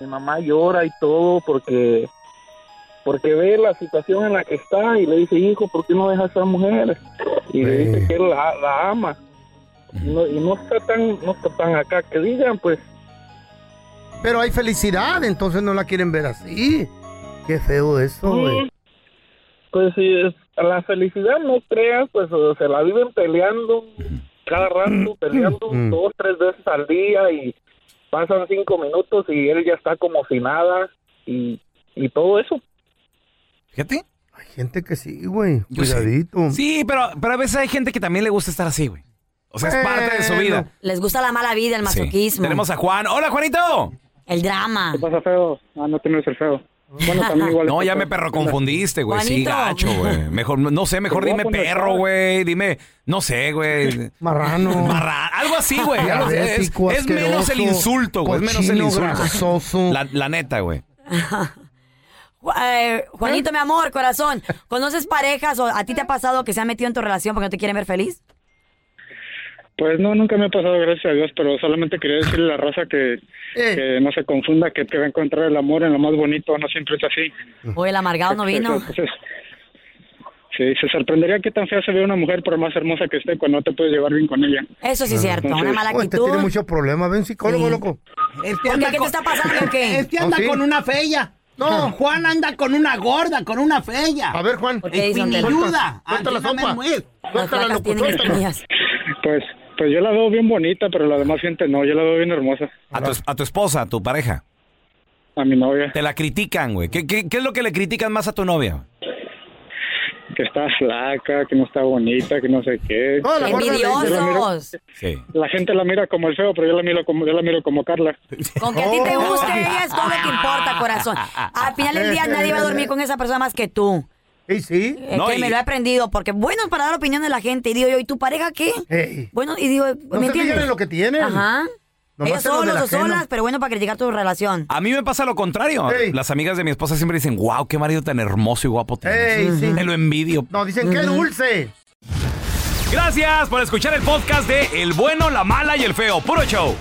[SPEAKER 6] Mi mamá llora y todo porque porque ve la situación en la que está y le dice, hijo, ¿por qué no dejas a esa mujer? Y le dice que él la, la ama. Y no, y no está tan no está tan acá que digan, pues
[SPEAKER 4] Pero hay felicidad, entonces no la quieren ver así. Qué feo eso, güey.
[SPEAKER 6] Pues sí, es- la felicidad no creas, pues o se la viven peleando cada rato, peleando
[SPEAKER 4] Mm.
[SPEAKER 6] dos, tres veces al día y pasan cinco minutos y él ya está como si nada y, y todo eso.
[SPEAKER 2] Fíjate.
[SPEAKER 4] Hay gente que sí, güey.
[SPEAKER 2] Yo sé.
[SPEAKER 4] Cuidadito.
[SPEAKER 2] Sí, pero, pero a veces hay gente que también le gusta estar así, güey. O sea, es parte de su vida.
[SPEAKER 3] Les gusta la mala vida, el
[SPEAKER 2] Sí.
[SPEAKER 3] masoquismo.
[SPEAKER 2] Tenemos a Juan. Hola, Juanito.
[SPEAKER 3] El drama.
[SPEAKER 15] pasa, feo? Ah, no, tú no eres el feo. Bueno, también igual.
[SPEAKER 2] No, ya me perro confundiste, güey. Sí,
[SPEAKER 15] Juanito.
[SPEAKER 2] gacho, güey. Mejor, no sé, mejor
[SPEAKER 15] Te voy a
[SPEAKER 2] dime
[SPEAKER 15] poner
[SPEAKER 2] perro,
[SPEAKER 15] cara.
[SPEAKER 2] güey. Dime, no sé, güey.
[SPEAKER 4] Marrano.
[SPEAKER 2] Marra- Algo así, güey. algo así. Es,
[SPEAKER 4] Diabético,
[SPEAKER 2] es menos el
[SPEAKER 4] asqueroso,
[SPEAKER 2] insulto, güey. Es menos el
[SPEAKER 4] cochino,
[SPEAKER 2] insulto. La, la neta, güey.
[SPEAKER 3] Ju- eh, Juanito, mi amor, corazón, ¿conoces parejas o a ti te ha pasado que se han metido en tu relación porque no te quieren ver feliz?
[SPEAKER 15] Pues no, nunca me ha pasado, gracias a Dios, pero solamente quería decirle a la raza que, que no se confunda, que te va a encontrar el amor en lo más bonito, no siempre es así.
[SPEAKER 3] O el amargado no vino.
[SPEAKER 15] Entonces, pues, sí, se sorprendería qué tan fea se ve una mujer por más hermosa que esté cuando no te puedes llevar bien con ella.
[SPEAKER 3] Eso sí es cierto, una mala
[SPEAKER 4] Uy, este
[SPEAKER 3] actitud.
[SPEAKER 4] tiene muchos problemas. Ven, psicólogo,
[SPEAKER 15] Sí.
[SPEAKER 4] loco.
[SPEAKER 13] Este
[SPEAKER 3] ¿Por qué?
[SPEAKER 13] anda
[SPEAKER 3] ¿Qué te
[SPEAKER 13] con-
[SPEAKER 3] está pasando, qué?
[SPEAKER 13] Este anda
[SPEAKER 4] ¿Oh, sí? Ah.
[SPEAKER 13] con una fella. No, Juan anda con una gorda, con una fella. A
[SPEAKER 4] ver, Juan.
[SPEAKER 15] qué dicen de-
[SPEAKER 13] Espinilluda.
[SPEAKER 15] Suelta- suelta la
[SPEAKER 13] Así no
[SPEAKER 15] sopa.
[SPEAKER 13] me mueves.
[SPEAKER 15] Pues, pues yo la veo bien bonita, pero la demás gente no, yo la veo bien hermosa.
[SPEAKER 2] A tu, es- a tu esposa, a tu pareja.
[SPEAKER 15] a mi novia.
[SPEAKER 2] Te la critican, güey. ¿Qué, qué, qué es lo que le critican más a tu novia?
[SPEAKER 15] Que está flaca, que no está bonita, que no sé qué.
[SPEAKER 3] Toda la
[SPEAKER 15] Yo la miro-
[SPEAKER 3] Envidiosos.
[SPEAKER 2] Sí.
[SPEAKER 15] La gente la mira como el feo, pero yo la miro como, yo la miro como Carla.
[SPEAKER 3] Con que a ti te guste, ella es todo lo que importa, corazón. Al final del día nadie va a dormir con esa persona más que tú.
[SPEAKER 4] ¿Y sí?
[SPEAKER 3] Eh, que me lo he aprendido, porque bueno es para dar opinión de la gente. Y digo yo, ¿y tu pareja qué?
[SPEAKER 13] Ah,
[SPEAKER 4] Ey.
[SPEAKER 3] Bueno, y digo,
[SPEAKER 4] No
[SPEAKER 3] ¿me
[SPEAKER 4] se
[SPEAKER 3] entiendes?
[SPEAKER 4] fijan en lo que tienen.
[SPEAKER 3] Ajá.
[SPEAKER 4] Nomás
[SPEAKER 3] Ellos
[SPEAKER 4] en lo del
[SPEAKER 3] solos o
[SPEAKER 4] ajeno.
[SPEAKER 3] solas, pero bueno para criticar tu relación.
[SPEAKER 2] A mí me pasa lo contrario.
[SPEAKER 3] Ey.
[SPEAKER 2] Las amigas de mi esposa siempre dicen, wow, qué marido tan hermoso y guapo tienes.
[SPEAKER 4] Ey, sí.
[SPEAKER 2] Te lo envidio.
[SPEAKER 4] No, dicen, ¡qué dulce!
[SPEAKER 2] Gracias por escuchar el podcast de El Bueno, La Mala y El Feo. Puro show.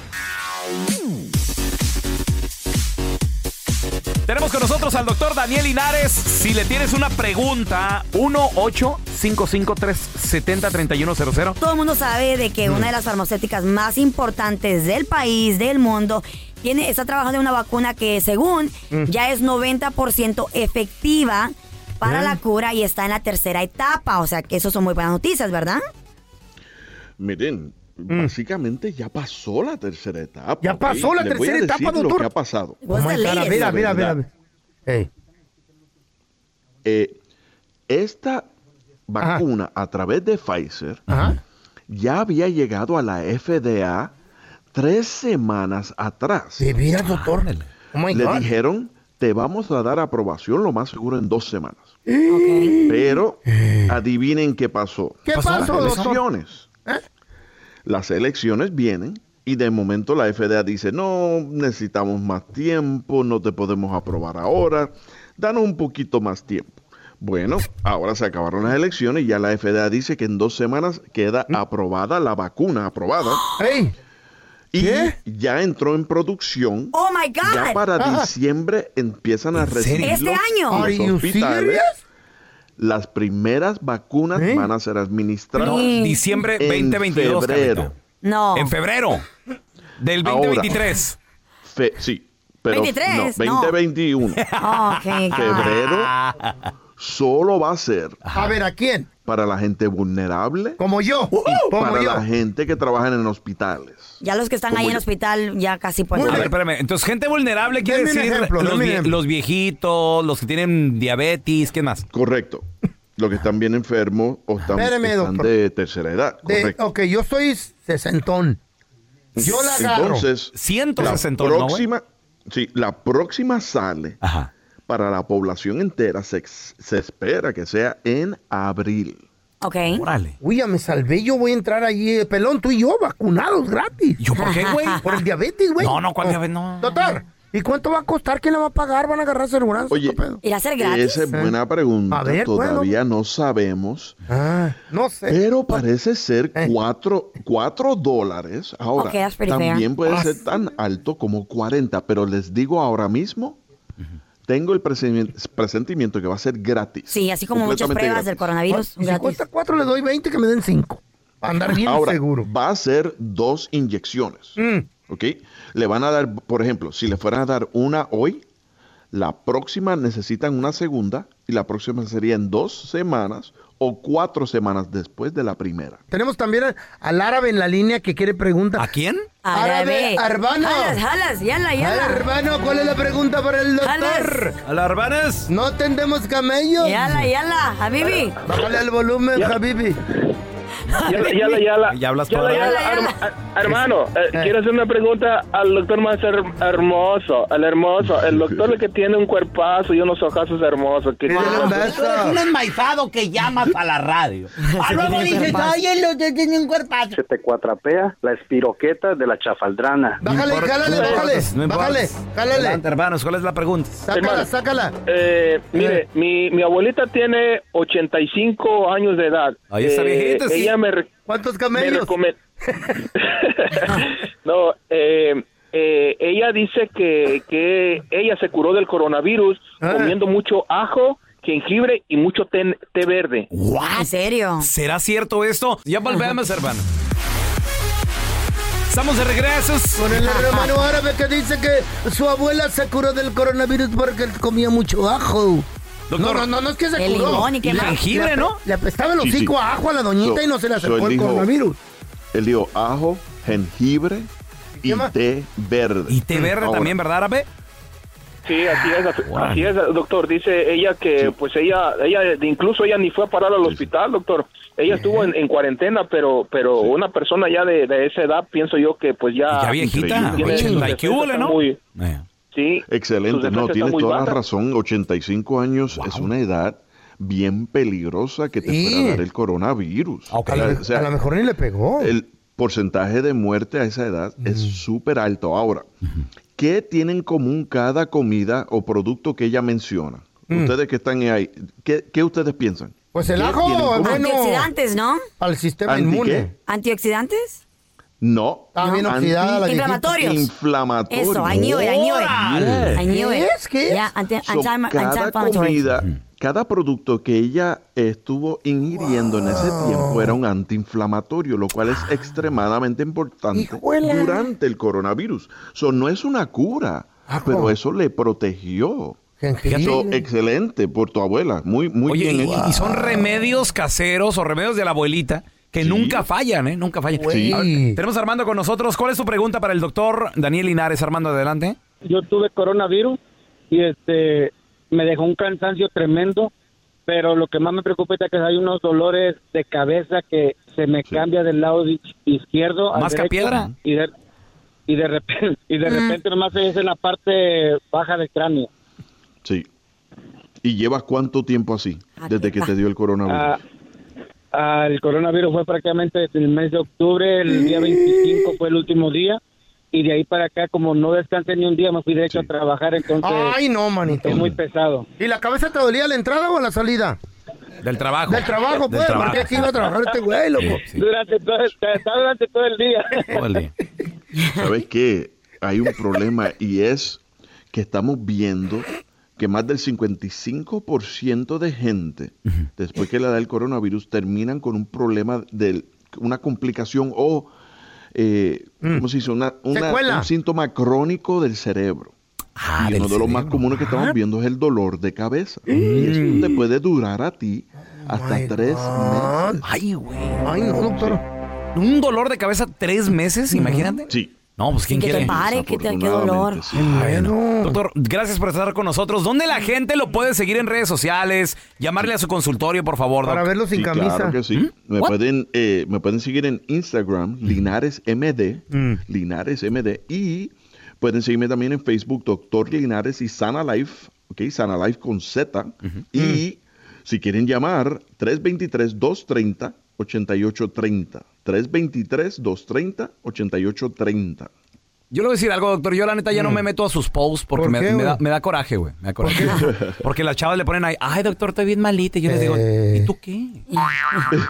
[SPEAKER 2] Tenemos con nosotros al doctor Daniel Linares. Si le tienes una pregunta, 1 855 370 3100
[SPEAKER 3] Todo el mundo sabe de que una de las farmacéuticas más importantes del país, del mundo, tiene, está trabajando en una vacuna que según
[SPEAKER 16] Mm.
[SPEAKER 3] ya es 90% efectiva para
[SPEAKER 16] Bien.
[SPEAKER 3] la cura y está en la tercera etapa. O sea que eso son muy buenas noticias, ¿verdad?
[SPEAKER 17] Miren, básicamente ya pasó la tercera etapa.
[SPEAKER 4] Mm. Ya
[SPEAKER 17] ¿ok?
[SPEAKER 4] pasó la
[SPEAKER 17] Les voy a
[SPEAKER 4] tercera
[SPEAKER 17] decir
[SPEAKER 4] etapa,
[SPEAKER 17] Lo
[SPEAKER 4] doctor.
[SPEAKER 17] que ha pasado.
[SPEAKER 4] What's the Mira, mira, mira, mira, mira.
[SPEAKER 17] Eh, esta vacuna a través de Pfizer ya había llegado a la FDA tres semanas atrás. Ah.
[SPEAKER 4] De veras, doctor. Oh
[SPEAKER 17] Le
[SPEAKER 4] God.
[SPEAKER 17] dijeron, te vamos a dar aprobación lo más seguro en dos semanas.
[SPEAKER 4] ¿Eh?
[SPEAKER 17] Pero
[SPEAKER 3] Eh.
[SPEAKER 17] adivinen qué pasó.
[SPEAKER 4] ¿Qué pasó,
[SPEAKER 17] Las
[SPEAKER 4] doctor?
[SPEAKER 17] elecciones.
[SPEAKER 3] ¿Eh?
[SPEAKER 17] Las elecciones vienen y de momento la FDA dice, no, necesitamos más tiempo, no te podemos aprobar ahora, danos un poquito más tiempo. Bueno, ahora se acabaron las elecciones y ya la FDA dice que en dos semanas queda
[SPEAKER 3] ¿Mm?
[SPEAKER 17] aprobada la vacuna, aprobada. Y ya entró en producción.
[SPEAKER 3] Oh my God.
[SPEAKER 17] Ya para
[SPEAKER 3] Ajá.
[SPEAKER 17] diciembre empiezan a recibir
[SPEAKER 3] ¿Este año? Are you serious?
[SPEAKER 17] Las primeras vacunas
[SPEAKER 4] ¿Eh?
[SPEAKER 17] van a ser administradas.
[SPEAKER 2] No,
[SPEAKER 4] Mm.
[SPEAKER 17] en
[SPEAKER 2] diciembre 2022,
[SPEAKER 17] Febrero.
[SPEAKER 4] Oh.
[SPEAKER 3] No.
[SPEAKER 2] En febrero del
[SPEAKER 17] Ahora.
[SPEAKER 2] 2023.
[SPEAKER 17] Fe- sí, pero
[SPEAKER 3] 23,
[SPEAKER 17] no,
[SPEAKER 3] no.
[SPEAKER 17] 2021.
[SPEAKER 3] Oh, qué
[SPEAKER 17] febrero solo va a ser
[SPEAKER 4] Ah. A ver, ¿a quién?
[SPEAKER 17] para la gente vulnerable.
[SPEAKER 4] Como yo. Uh,
[SPEAKER 17] Y
[SPEAKER 4] Como
[SPEAKER 17] para
[SPEAKER 4] yo.
[SPEAKER 17] la gente que trabaja en hospitales.
[SPEAKER 3] Ya los que están ahí en el hospital ya casi
[SPEAKER 2] A
[SPEAKER 3] pues.
[SPEAKER 2] ver, espérame. Entonces, gente vulnerable quiere
[SPEAKER 3] Denme un
[SPEAKER 2] decir
[SPEAKER 3] ejemplo,
[SPEAKER 2] los,
[SPEAKER 3] denme un
[SPEAKER 2] vie-
[SPEAKER 3] ejemplo.
[SPEAKER 2] los viejitos, los que tienen diabetes, ¿qué más?
[SPEAKER 17] Correcto. Los que están bien enfermos o están,
[SPEAKER 4] Espéreme,
[SPEAKER 17] están
[SPEAKER 4] doctor.
[SPEAKER 17] de tercera edad.
[SPEAKER 4] De-
[SPEAKER 17] Correcto.
[SPEAKER 4] ok, yo soy sesentón. Yo la agarro.
[SPEAKER 17] Entonces,
[SPEAKER 2] 160,
[SPEAKER 17] la
[SPEAKER 2] ¿no, güey?
[SPEAKER 17] próxima, Sí, la próxima sale para la población entera. Se, ex- se espera que sea en abril.
[SPEAKER 3] Ok.
[SPEAKER 4] Uy, ya me salvé. Yo voy a entrar allí, eh, pelón, tú y yo, vacunados gratis. ¿Yo
[SPEAKER 2] por qué, güey?
[SPEAKER 4] Por el diabetes, güey.
[SPEAKER 2] No, no, ¿cuál
[SPEAKER 4] Oh.
[SPEAKER 2] diabetes? No.
[SPEAKER 4] Doctor, ¿y cuánto va a costar? ¿Quién la va a pagar? ¿Van a agarrar seguridad?
[SPEAKER 17] Oye,
[SPEAKER 3] ¿Irá a ser
[SPEAKER 17] esa es buena pregunta.
[SPEAKER 4] ¿Eh? A ver, bueno. Ah,
[SPEAKER 17] Todavía no sabemos.
[SPEAKER 4] no sé. Eh.
[SPEAKER 17] Pero parece ser cuatro, cuatro dólares. Ahora,
[SPEAKER 4] Ok, that's pretty
[SPEAKER 17] también
[SPEAKER 4] fair.
[SPEAKER 17] puede
[SPEAKER 4] Ah,
[SPEAKER 17] ser
[SPEAKER 4] sí.
[SPEAKER 17] tan alto como 40, pero les digo ahora mismo, tengo el presentimiento, presentimiento que va a ser gratis.
[SPEAKER 3] Sí, así como muchas
[SPEAKER 17] Completamente
[SPEAKER 3] pruebas
[SPEAKER 17] gratis.
[SPEAKER 3] del coronavirus.
[SPEAKER 4] Si cuesta cuatro, le doy 20 que me den cinco. Para andar bien
[SPEAKER 17] Ahora,
[SPEAKER 4] seguro.
[SPEAKER 17] va a ser dos inyecciones.
[SPEAKER 4] Mm.
[SPEAKER 17] ¿Ok? Le van a dar, por ejemplo, si le fueran a dar una hoy, la próxima necesitan una segunda y la próxima sería en dos semanas o cuatro semanas después de la primera.
[SPEAKER 4] Tenemos también a- al árabe en la línea que quiere pregunta. ¿A
[SPEAKER 2] quién?
[SPEAKER 4] Árabe, Arbano.
[SPEAKER 3] Jalas, jalas, yala, yala.
[SPEAKER 4] Arbano, ¿cuál es la pregunta para el doctor?
[SPEAKER 2] ¿Alarbanes?
[SPEAKER 4] No tendemos camellos.
[SPEAKER 3] Yala, yala, Habibi.
[SPEAKER 4] Bájale al volumen, Habibi.
[SPEAKER 18] Yala, yala, yala.
[SPEAKER 2] Ya hablas
[SPEAKER 18] Yala, yala, herma- hermano, eh, quiero hacer una pregunta al doctor más her- hermoso, al hermoso, el doctor el que tiene un cuerpazo y unos ojazos hermosos. Que
[SPEAKER 13] Tú eres un enmaizado que llamas a la radio. Ah, luego dices, oye, los dos tienen un cuerpazo.
[SPEAKER 19] se te cuatrapea la espiroqueta de la chafaldrana.
[SPEAKER 4] Bájale, jálale, bájale.
[SPEAKER 2] No importa.
[SPEAKER 4] Bájale, jálale.
[SPEAKER 2] Adelante, hermanos, ¿cuál es la pregunta?
[SPEAKER 4] Sácala, sácala.
[SPEAKER 18] Eh, mire, mi, mi abuelita tiene 85 años de edad.
[SPEAKER 2] Ahí está
[SPEAKER 18] Eh,
[SPEAKER 2] viejita, sí.
[SPEAKER 18] Ella me re-
[SPEAKER 4] ¿Cuántos
[SPEAKER 18] me
[SPEAKER 4] camellos?
[SPEAKER 18] recome- no, eh, eh, ella dice que, que ella se curó del coronavirus
[SPEAKER 4] Ah.
[SPEAKER 18] comiendo mucho ajo, jengibre y mucho té, té verde.
[SPEAKER 3] Ah, ¿En serio?
[SPEAKER 2] ¿Será cierto esto? Ya volvemos, hermano. Estamos de regreso.
[SPEAKER 4] Con el hermano árabe que dice que su abuela se curó del coronavirus porque comía mucho ajo.
[SPEAKER 2] Doctor.
[SPEAKER 4] no, no, no, no es que se
[SPEAKER 2] El
[SPEAKER 4] curó.
[SPEAKER 2] limón y qué más. jengibre,
[SPEAKER 4] le ape-
[SPEAKER 2] ¿no?
[SPEAKER 4] Le apestaba el
[SPEAKER 17] Sí, sí.
[SPEAKER 4] hocico a ajo a la doñita
[SPEAKER 17] So-
[SPEAKER 4] y no se le
[SPEAKER 17] so
[SPEAKER 4] acercó
[SPEAKER 17] él
[SPEAKER 4] el
[SPEAKER 17] dijo-
[SPEAKER 4] coronavirus.
[SPEAKER 17] Él dijo ajo, jengibre y té verde. Mm,
[SPEAKER 2] Y té verde también, ¿verdad, árabe?
[SPEAKER 18] Sí, así es, así- así es, doctor. Dice ella que, pues ella, ella, incluso ella ni fue a parar al hospital, doctor. Ella estuvo en, en cuarentena, pero, pero una persona ya de, de esa edad, pienso yo que, pues ya.
[SPEAKER 17] Ya viejita,
[SPEAKER 18] tiene-
[SPEAKER 17] 80 y
[SPEAKER 18] sus
[SPEAKER 17] qué
[SPEAKER 18] defensas
[SPEAKER 17] hubo, ¿no? Eh.
[SPEAKER 18] muy- sí.
[SPEAKER 17] Excelente,
[SPEAKER 18] Sus
[SPEAKER 17] no,
[SPEAKER 18] defensas
[SPEAKER 17] tienes
[SPEAKER 18] están muy
[SPEAKER 17] toda la
[SPEAKER 18] bajas.
[SPEAKER 17] razón. 85 años es una edad bien peligrosa que te
[SPEAKER 4] Sí.
[SPEAKER 17] pueda dar el coronavirus.
[SPEAKER 4] A lo,
[SPEAKER 17] O sea,
[SPEAKER 4] a lo mejor ni le pegó.
[SPEAKER 17] el porcentaje de muerte a esa edad es súper alto. Ahora, ¿qué tiene en común cada comida o producto que ella menciona?
[SPEAKER 4] Mm.
[SPEAKER 17] Ustedes que están ahí, ¿qué, qué ustedes piensan?
[SPEAKER 4] Pues el
[SPEAKER 17] ¿Qué tienen
[SPEAKER 4] ajo
[SPEAKER 17] en
[SPEAKER 4] es
[SPEAKER 17] común?
[SPEAKER 4] bueno
[SPEAKER 3] Antioxidantes, ¿no?
[SPEAKER 4] al sistema
[SPEAKER 17] ¿Anti
[SPEAKER 4] inmune.
[SPEAKER 17] qué?
[SPEAKER 3] ¿Antioxidantes?
[SPEAKER 17] No.
[SPEAKER 4] Está bien oxidada la viejita.
[SPEAKER 3] Inflamatorios.
[SPEAKER 17] Inflamatorios.
[SPEAKER 3] Eso, I knew it, I knew it.
[SPEAKER 17] Órale.
[SPEAKER 3] I knew it.
[SPEAKER 4] ¿Qué es? ¿Qué es?
[SPEAKER 3] Yeah, anti-
[SPEAKER 17] So,
[SPEAKER 3] anti-
[SPEAKER 17] cada
[SPEAKER 3] anti-inflammatory.
[SPEAKER 17] comida,
[SPEAKER 2] Mm.
[SPEAKER 17] cada producto que ella estuvo ingiriendo en ese tiempo era un antiinflamatorio, lo cual es extremadamente importante
[SPEAKER 4] Hijuela.
[SPEAKER 17] durante el coronavirus. So, no es una cura, pero eso le protegió.
[SPEAKER 4] Jengibre.
[SPEAKER 17] So, excelente por tu abuela, muy muy
[SPEAKER 2] Oye,
[SPEAKER 17] bien
[SPEAKER 2] y,
[SPEAKER 17] hecho.
[SPEAKER 2] y son remedios caseros o remedios de la abuelita que nunca fallan, ¿eh? Nunca fallan.
[SPEAKER 17] Güey.
[SPEAKER 2] A ver, tenemos a Armando con nosotros. ¿Cuál es tu pregunta para el doctor Daniel Linares? Armando, adelante.
[SPEAKER 16] yo tuve coronavirus y este me dejó un cansancio tremendo, pero lo que más me preocupa es que hay unos dolores de cabeza que se me cambia del lado di- izquierdo al
[SPEAKER 2] ¿Masca
[SPEAKER 16] derecho
[SPEAKER 2] piedra?
[SPEAKER 16] y de y de repente y de repente nomás es en la parte baja del cráneo.
[SPEAKER 17] Sí. ¿Y llevas cuánto tiempo así desde que te dio el coronavirus?
[SPEAKER 16] Ah, ah, el coronavirus fue prácticamente desde el mes de octubre, el día 25 fue el último día y de ahí para acá como no descansé ni un día me fui derecho a trabajar, entonces
[SPEAKER 4] Ay, no, manito.
[SPEAKER 16] es muy pesado.
[SPEAKER 4] ¿Y la cabeza te dolía a la entrada o a la salida?
[SPEAKER 2] Del trabajo.
[SPEAKER 4] Del trabajo, pues, porque aquí iba a trabajar este güey, loco.
[SPEAKER 16] Durante todo, el- está durante todo el día.
[SPEAKER 17] ¿Sabes qué? Hay un problema y es que estamos viendo que más del 55% de gente, después que le da el coronavirus, terminan con un problema de una complicación o, eh, ¿cómo se dice? Una, una-
[SPEAKER 4] Secuela.
[SPEAKER 17] un síntoma crónico del cerebro. y
[SPEAKER 4] del
[SPEAKER 17] uno de los más comunes que estamos viendo es el dolor de cabeza. Y esto te puede durar a ti hasta tres meses.
[SPEAKER 2] Ay, güey.
[SPEAKER 4] Ay, no, doctor.
[SPEAKER 2] Un dolor de cabeza tres meses, imagínate.
[SPEAKER 17] Sí.
[SPEAKER 2] No, pues quién
[SPEAKER 3] que
[SPEAKER 2] quiere.
[SPEAKER 3] te pare, que te, qué dolor.
[SPEAKER 2] Ay, no. Doctor, gracias por estar con nosotros. ¿Dónde la gente lo puede seguir en redes sociales? Llamarle a su consultorio, por favor. doc.
[SPEAKER 17] Sí, Claro que sí. Me,
[SPEAKER 2] ¿Mm? What?
[SPEAKER 17] pueden, eh, me pueden seguir en Instagram, LinaresMD,
[SPEAKER 2] Mm.
[SPEAKER 17] LinaresMD, y pueden seguirme también en Facebook, Doctor Linares y Sana Life, ok, Sana Life con Z,
[SPEAKER 2] Mm.
[SPEAKER 17] y si quieren llamar, 323-230-8830. 323-230-8830.
[SPEAKER 2] Yo le voy a decir algo, doctor. Yo, la neta, ya no
[SPEAKER 17] Mm.
[SPEAKER 2] me meto a sus posts porque
[SPEAKER 17] ¿Por
[SPEAKER 2] me,
[SPEAKER 17] qué,
[SPEAKER 2] me
[SPEAKER 17] güey?
[SPEAKER 2] da, me da coraje, güey. Me da coraje. Porque las chavas le ponen ahí, ay, doctor, estoy bien malita. Y yo les digo, ¿y tú qué?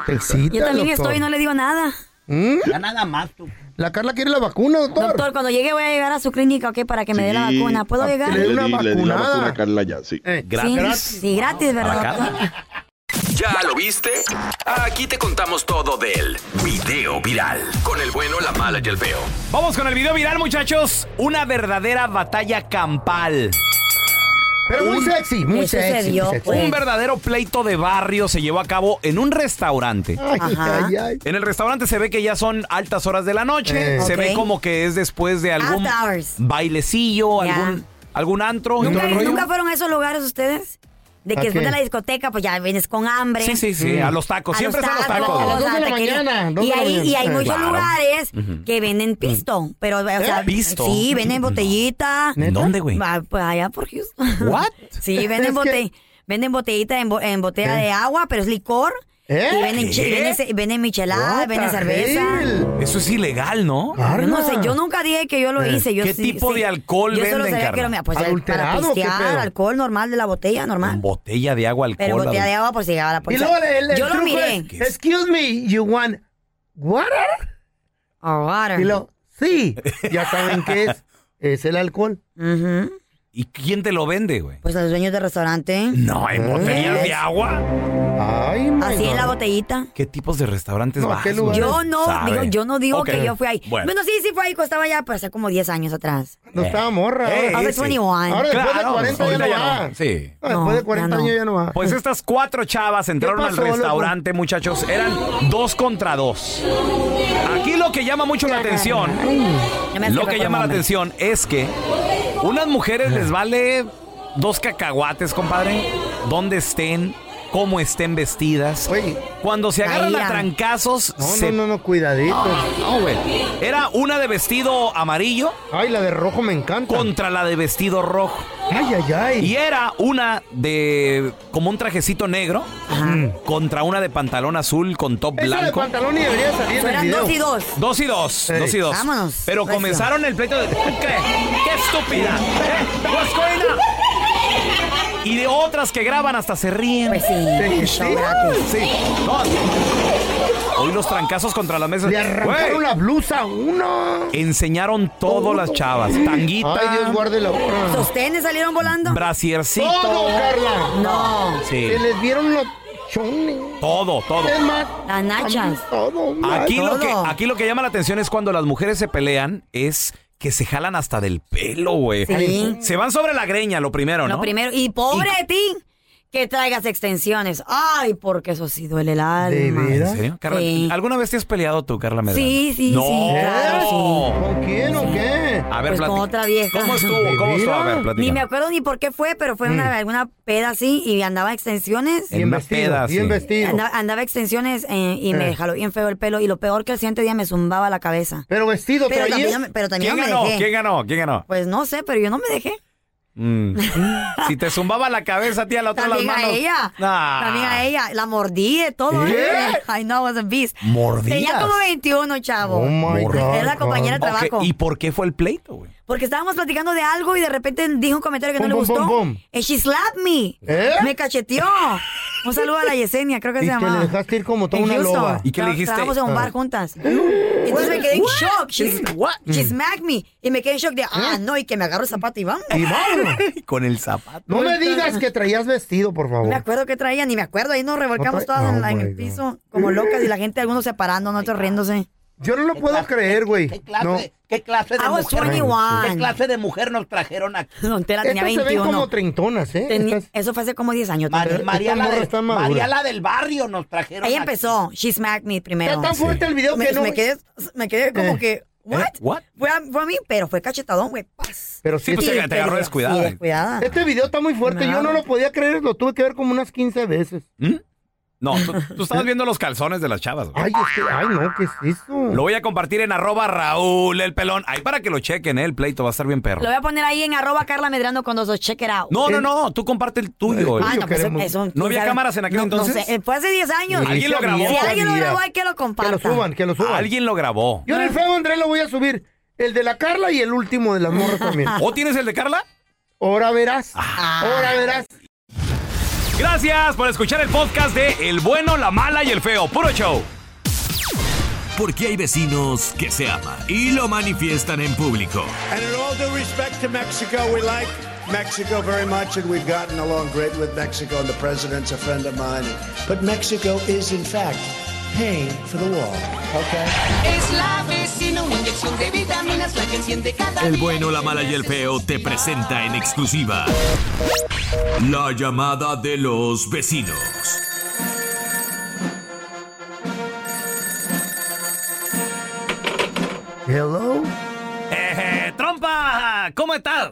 [SPEAKER 4] Te excita,
[SPEAKER 3] Yo también
[SPEAKER 4] doctor.
[SPEAKER 3] estoy y no le digo nada.
[SPEAKER 4] ¿Mm?
[SPEAKER 3] Ya nada más tú.
[SPEAKER 4] La Carla quiere la vacuna, doctor.
[SPEAKER 3] Doctor, cuando llegue voy a llegar a su clínica, ¿ok? Para que me dé la
[SPEAKER 17] Sí,
[SPEAKER 3] vacuna. ¿Puedo
[SPEAKER 17] ah,
[SPEAKER 3] llegar?
[SPEAKER 17] Le, di- le di la vacuna a Carla ya, sí.
[SPEAKER 3] Sí, Sí, gratis, ¿verdad?
[SPEAKER 1] ¿Ya lo viste? Aquí te contamos todo del video viral. Con el bueno, la mala y el feo.
[SPEAKER 2] Vamos con el video viral, muchachos. Una verdadera batalla campal.
[SPEAKER 4] Pero muy sexy, muy ¿Qué sexy, sucedió, sexy. pues?
[SPEAKER 2] Un verdadero pleito de barrio se llevó a cabo en un restaurante.
[SPEAKER 4] Ay, Ajá. ay, ay.
[SPEAKER 2] En el restaurante se ve que ya son altas horas de la noche.
[SPEAKER 4] Eh.
[SPEAKER 2] Se ve
[SPEAKER 4] Ok.
[SPEAKER 2] como que es después de algún
[SPEAKER 3] After hours.
[SPEAKER 2] bailecillo,
[SPEAKER 3] Ya.
[SPEAKER 2] algún, algún antro. y
[SPEAKER 3] ¿Nunca,
[SPEAKER 2] todo el rollo.
[SPEAKER 3] nunca fueron a esos lugares ustedes?
[SPEAKER 2] ¿A
[SPEAKER 3] De que después
[SPEAKER 2] qué?
[SPEAKER 3] de la discoteca, pues ya vienes con hambre.
[SPEAKER 2] Sí, sí, sí, a los tacos. Siempre es a los tacos. A las dos de la
[SPEAKER 3] Ah, taquería.
[SPEAKER 2] mañana, dos
[SPEAKER 3] Y
[SPEAKER 2] de la
[SPEAKER 3] hay,
[SPEAKER 2] mañana.
[SPEAKER 3] y hay
[SPEAKER 2] Sí.
[SPEAKER 3] muchos
[SPEAKER 2] Claro.
[SPEAKER 3] lugares
[SPEAKER 2] Ujú.
[SPEAKER 3] que venden pisto. Pero, o sea,
[SPEAKER 2] ¿Eh? ¿Pisto?
[SPEAKER 3] Sí, venden botellita.
[SPEAKER 2] ¿Neta? ¿Dónde, güey?
[SPEAKER 3] Va- Pues allá por Houston.
[SPEAKER 2] ¿What?
[SPEAKER 3] Sí,
[SPEAKER 2] Es que-
[SPEAKER 3] venden botella. Venden botellita en, bo- en botella
[SPEAKER 2] ¿Eh?
[SPEAKER 3] de agua, pero es licor.
[SPEAKER 2] ¿Eh?
[SPEAKER 3] Y venden,
[SPEAKER 2] ¿Qué?
[SPEAKER 3] chi- venden, ce- venden michelada, venden cerveza.
[SPEAKER 2] Eso es ilegal, ¿no?
[SPEAKER 3] Yo no sé, yo nunca dije que yo lo
[SPEAKER 2] Eh,
[SPEAKER 3] hice. Yo
[SPEAKER 2] ¿qué
[SPEAKER 3] sí-
[SPEAKER 2] tipo
[SPEAKER 3] sí.
[SPEAKER 2] de alcohol
[SPEAKER 3] yo solo
[SPEAKER 2] venden,
[SPEAKER 3] sabía que
[SPEAKER 2] Carla?
[SPEAKER 3] lo me pues, el- para
[SPEAKER 2] ¿Adulterado o qué
[SPEAKER 3] pistear,
[SPEAKER 2] pedo?
[SPEAKER 3] alcohol normal de la botella,
[SPEAKER 2] Mm.
[SPEAKER 3] normal.
[SPEAKER 2] Botella de agua, alcohol.
[SPEAKER 3] Pero botella
[SPEAKER 2] adulto.
[SPEAKER 3] de agua por si llegaba la
[SPEAKER 4] Y
[SPEAKER 3] policía.
[SPEAKER 4] luego el, el
[SPEAKER 3] pues, yo lo
[SPEAKER 4] truco
[SPEAKER 3] miré.
[SPEAKER 4] es, excuse me, you want water?
[SPEAKER 3] water.
[SPEAKER 4] Y lo, sí, ya saben qué es. Es el alcohol.
[SPEAKER 2] ¿Y quién te lo vende, güey?
[SPEAKER 3] Pues a los dueños del restaurante.
[SPEAKER 2] No, hay botellas de agua.
[SPEAKER 4] Ay,
[SPEAKER 3] Así en la botellita.
[SPEAKER 2] ¿Qué tipos de restaurantes vas, güey?
[SPEAKER 3] Yo no,
[SPEAKER 2] Sabe.
[SPEAKER 3] digo, yo no digo
[SPEAKER 2] Ok.
[SPEAKER 3] que yo fui ahí. Bueno.
[SPEAKER 2] Bueno.
[SPEAKER 3] sí, sí fue ahí, costaba ya, pero pues, hace como 10 años atrás.
[SPEAKER 4] No estaba morra.
[SPEAKER 2] Eh,
[SPEAKER 4] ahora.
[SPEAKER 3] Ahora
[SPEAKER 2] ese.
[SPEAKER 3] 21.
[SPEAKER 4] Ahora
[SPEAKER 2] Claro,
[SPEAKER 4] después de 40 ya no
[SPEAKER 2] ahorita
[SPEAKER 4] va.
[SPEAKER 2] ya no. Sí.
[SPEAKER 4] No, después de 40 años ya no va.
[SPEAKER 2] Pues estas cuatro chavas entraron
[SPEAKER 4] pasó,
[SPEAKER 2] al
[SPEAKER 4] loco?
[SPEAKER 2] restaurante, muchachos. Eran dos contra dos. Aquí lo que llama mucho la atención,
[SPEAKER 3] me hace
[SPEAKER 2] lo que
[SPEAKER 3] recordar,
[SPEAKER 2] llama la
[SPEAKER 3] hombre.
[SPEAKER 2] atención es que Unas mujeres les vale dos cacahuates, compadre. Donde estén, cómo estén vestidas. Cuando se agarran
[SPEAKER 4] Caían.
[SPEAKER 2] a trancazos,
[SPEAKER 4] No,
[SPEAKER 2] se-
[SPEAKER 4] no, no, no, cuidadito.
[SPEAKER 2] No, güey. Era una de vestido amarillo.
[SPEAKER 4] Ay, la de rojo me encanta.
[SPEAKER 2] Contra la de vestido rojo.
[SPEAKER 4] Ay, ay, ay.
[SPEAKER 2] Y era una de. como un trajecito negro. mm, Contra una de pantalón azul con top
[SPEAKER 4] Esa de
[SPEAKER 2] blanco.
[SPEAKER 4] pantalón y debería salir en el
[SPEAKER 3] Eran
[SPEAKER 4] video.
[SPEAKER 3] dos y dos.
[SPEAKER 2] Dos y dos,
[SPEAKER 3] Ey.
[SPEAKER 2] dos y dos.
[SPEAKER 3] Vámonos,
[SPEAKER 2] Pero
[SPEAKER 3] recio.
[SPEAKER 2] comenzaron el pleito de... ¿Tú crees? ¡Qué estúpida! ¿Eh? What's going on? Y de otras que graban hasta se ríen. Pues
[SPEAKER 3] sí,
[SPEAKER 2] sí. No. Hoy los trancazos contra la mesa.
[SPEAKER 4] Le arrancaron la blusa a uno.
[SPEAKER 2] Enseñaron todo las chavas. Tanguita.
[SPEAKER 4] Ay, Dios guarde la
[SPEAKER 3] ¿Sostenes salieron volando?
[SPEAKER 2] Brasiercito.
[SPEAKER 4] Todo, Carla.
[SPEAKER 3] No.
[SPEAKER 2] Sí.
[SPEAKER 4] Se les vieron los chones.
[SPEAKER 2] Todo, todo.
[SPEAKER 4] Es más,
[SPEAKER 3] Las nachas.
[SPEAKER 4] Todo,
[SPEAKER 2] Aquí lo,
[SPEAKER 3] Todo.
[SPEAKER 2] que, aquí lo que llama la atención es cuando las mujeres se pelean, es que se jalan hasta del pelo, güey.
[SPEAKER 3] Sí.
[SPEAKER 2] Se van sobre la greña, lo primero, ¿no?
[SPEAKER 3] Lo primero. Y pobre de ti que traigas extensiones. Ay, porque eso sí duele el alma.
[SPEAKER 2] ¿En serio? Carla,
[SPEAKER 3] Sí.
[SPEAKER 2] ¿Alguna vez te has peleado tú, Carla Medrano?
[SPEAKER 3] Sí, sí,
[SPEAKER 2] no.
[SPEAKER 3] sí, claro, sí.
[SPEAKER 2] ¿Con
[SPEAKER 4] quién o qué?
[SPEAKER 2] A ver,
[SPEAKER 3] pues con
[SPEAKER 2] platica.
[SPEAKER 3] otra vieja.
[SPEAKER 2] ¿Cómo estuvo? ¿Cómo estuvo? A ver, platica.
[SPEAKER 3] Ni me acuerdo ni por qué fue, pero fue una, alguna peda así y andaba a extensiones.
[SPEAKER 2] En Mm. Bien una vestido, peda, bien sí. vestido.
[SPEAKER 3] Andaba, andaba a extensiones eh, y me
[SPEAKER 2] Eh.
[SPEAKER 3] jaló bien feo el pelo. Y lo peor que el siguiente día me zumbaba la cabeza.
[SPEAKER 4] Pero vestido
[SPEAKER 3] pero
[SPEAKER 2] traías.
[SPEAKER 3] también, no me- pero también
[SPEAKER 2] ¿Quién
[SPEAKER 3] no me
[SPEAKER 2] ganó?
[SPEAKER 3] dejé.
[SPEAKER 2] ¿Quién ganó? ¿Quién ganó?
[SPEAKER 3] Pues no sé, pero yo no me dejé.
[SPEAKER 2] Mm. si te zumbaba la cabeza, tía, la otra las
[SPEAKER 3] También a
[SPEAKER 2] manos.
[SPEAKER 3] ella.
[SPEAKER 2] Ah.
[SPEAKER 3] También a ella. La mordí de todo.
[SPEAKER 2] ¿Qué?
[SPEAKER 3] ¿eh? I know, I was a beast.
[SPEAKER 2] ¿Mordías?
[SPEAKER 3] Tenía como 21, chavo.
[SPEAKER 2] Oh my God.
[SPEAKER 3] Era la compañera de
[SPEAKER 2] Ok,
[SPEAKER 3] trabajo.
[SPEAKER 2] ¿Y por qué fue el pleito, güey?
[SPEAKER 3] Porque estábamos platicando de algo y de repente dijo un comentario que no
[SPEAKER 2] Pum,
[SPEAKER 3] le
[SPEAKER 2] pum,
[SPEAKER 3] gustó.
[SPEAKER 2] pum, pum.
[SPEAKER 3] And she slapped me.
[SPEAKER 2] ¿Eh?
[SPEAKER 3] Me cacheteó. Un saludo a la Yesenia, creo que se
[SPEAKER 4] Y te le
[SPEAKER 3] llamaba.
[SPEAKER 4] dejaste ir como toda
[SPEAKER 3] En
[SPEAKER 4] una
[SPEAKER 3] Houston.
[SPEAKER 4] loba. Ah.
[SPEAKER 2] ¿Y qué le
[SPEAKER 3] Tra-
[SPEAKER 2] dijiste?
[SPEAKER 3] Estábamos en un bar juntas. Entonces me quedé en shock. She,
[SPEAKER 4] Mm.
[SPEAKER 3] she smacked me. Y me quedé en
[SPEAKER 4] ¿Eh?
[SPEAKER 3] shock de, ah, no, y que me agarró el zapato y vamos.
[SPEAKER 4] Y vámonos.
[SPEAKER 2] Con el zapato.
[SPEAKER 4] No me digas que traías vestido, por
[SPEAKER 3] No
[SPEAKER 4] favor.
[SPEAKER 3] me acuerdo qué traía, ni me acuerdo. Ahí nos revolcamos
[SPEAKER 4] Otra-
[SPEAKER 3] todas en,
[SPEAKER 4] Oh
[SPEAKER 3] la- en
[SPEAKER 4] my
[SPEAKER 3] el piso, como locas, y la gente, algunos separándonos, otros riéndose.
[SPEAKER 4] Yo no lo puedo creer, güey.
[SPEAKER 13] ¿Qué clase, ¿Qué clase de
[SPEAKER 3] I was
[SPEAKER 13] mujer?
[SPEAKER 3] 21.
[SPEAKER 13] ¿Qué clase de mujer nos trajeron aquí?
[SPEAKER 3] Don Tela tenía
[SPEAKER 4] Estas se ven
[SPEAKER 3] 21.
[SPEAKER 4] como treintonas, ¿eh?
[SPEAKER 3] Tenía-
[SPEAKER 4] Estas-
[SPEAKER 3] Eso fue hace como 10 años.
[SPEAKER 13] Mari-
[SPEAKER 3] Tela.
[SPEAKER 13] María, la de-
[SPEAKER 4] están maduras.
[SPEAKER 13] María la del barrio nos trajeron
[SPEAKER 3] Ahí
[SPEAKER 13] aquí.
[SPEAKER 3] empezó. She smacked me primero.
[SPEAKER 4] Está tan fuerte el video
[SPEAKER 3] me,
[SPEAKER 4] que no-
[SPEAKER 3] Me quedé, me quedé como
[SPEAKER 4] Eh.
[SPEAKER 3] que, ¿what?
[SPEAKER 2] ¿What?
[SPEAKER 3] Fue a, fue a mí, pero fue cachetadón, güey. Paz.
[SPEAKER 4] Pero sí,
[SPEAKER 3] Sí, pues, te- te agarró
[SPEAKER 4] pero-
[SPEAKER 3] descuidada. Sí,
[SPEAKER 2] Ah.
[SPEAKER 3] descuidada.
[SPEAKER 4] Este video está muy fuerte. Yo no lo podía creer. Lo tuve que ver como unas 15 veces.
[SPEAKER 2] No, tú, tú estabas viendo los calzones de las chavas, güey.
[SPEAKER 4] Ay, es que- ay, no, ¿qué es esto?
[SPEAKER 2] Lo voy a compartir en arroba Raúl el pelón. Ahí para que lo chequen, ¿eh? el pleito va a estar bien perro.
[SPEAKER 3] Lo voy a poner ahí en arroba Carla Medrano con dos dos. Check it out.
[SPEAKER 2] No, no, no, tú comparte el tuyo.
[SPEAKER 3] Ah,
[SPEAKER 2] el-
[SPEAKER 3] no, pues eso,
[SPEAKER 2] ¿No había
[SPEAKER 3] ¿sabes?
[SPEAKER 2] cámaras en aquel
[SPEAKER 3] No, no
[SPEAKER 2] entonces.
[SPEAKER 3] sé, Eh, fue hace 10 años.
[SPEAKER 2] ¿Alguien lo grabó?
[SPEAKER 3] Si alguien lo
[SPEAKER 2] Sabía.
[SPEAKER 3] grabó, hay que lo comparta.
[SPEAKER 4] que lo suban.
[SPEAKER 2] Alguien lo grabó.
[SPEAKER 4] Yo en el feo Andrés lo voy a subir. El de la Carla y el último de las morras también.
[SPEAKER 2] ¿O tienes el de Carla? Ah.
[SPEAKER 4] Ahora verás. Ahora verás.
[SPEAKER 2] Gracias por escuchar el podcast de El bueno, la mala y el feo. Puro show.
[SPEAKER 9] Porque hay vecinos que se aman y lo manifiestan en público.
[SPEAKER 20] And in all due respect to Mexico, we like Mexico very much, and we've gotten along great with Mexico, and the president's a friend of mine. But Mexico is, in fact, paying for the wall, okay?
[SPEAKER 21] Es la vecina, una inyección de vitaminas, la que enciende cada
[SPEAKER 9] El bueno, la mala y el feo te presenta en exclusiva la llamada de los vecinos.
[SPEAKER 4] Hello.
[SPEAKER 2] Eh, trompa, ¿cómo estás?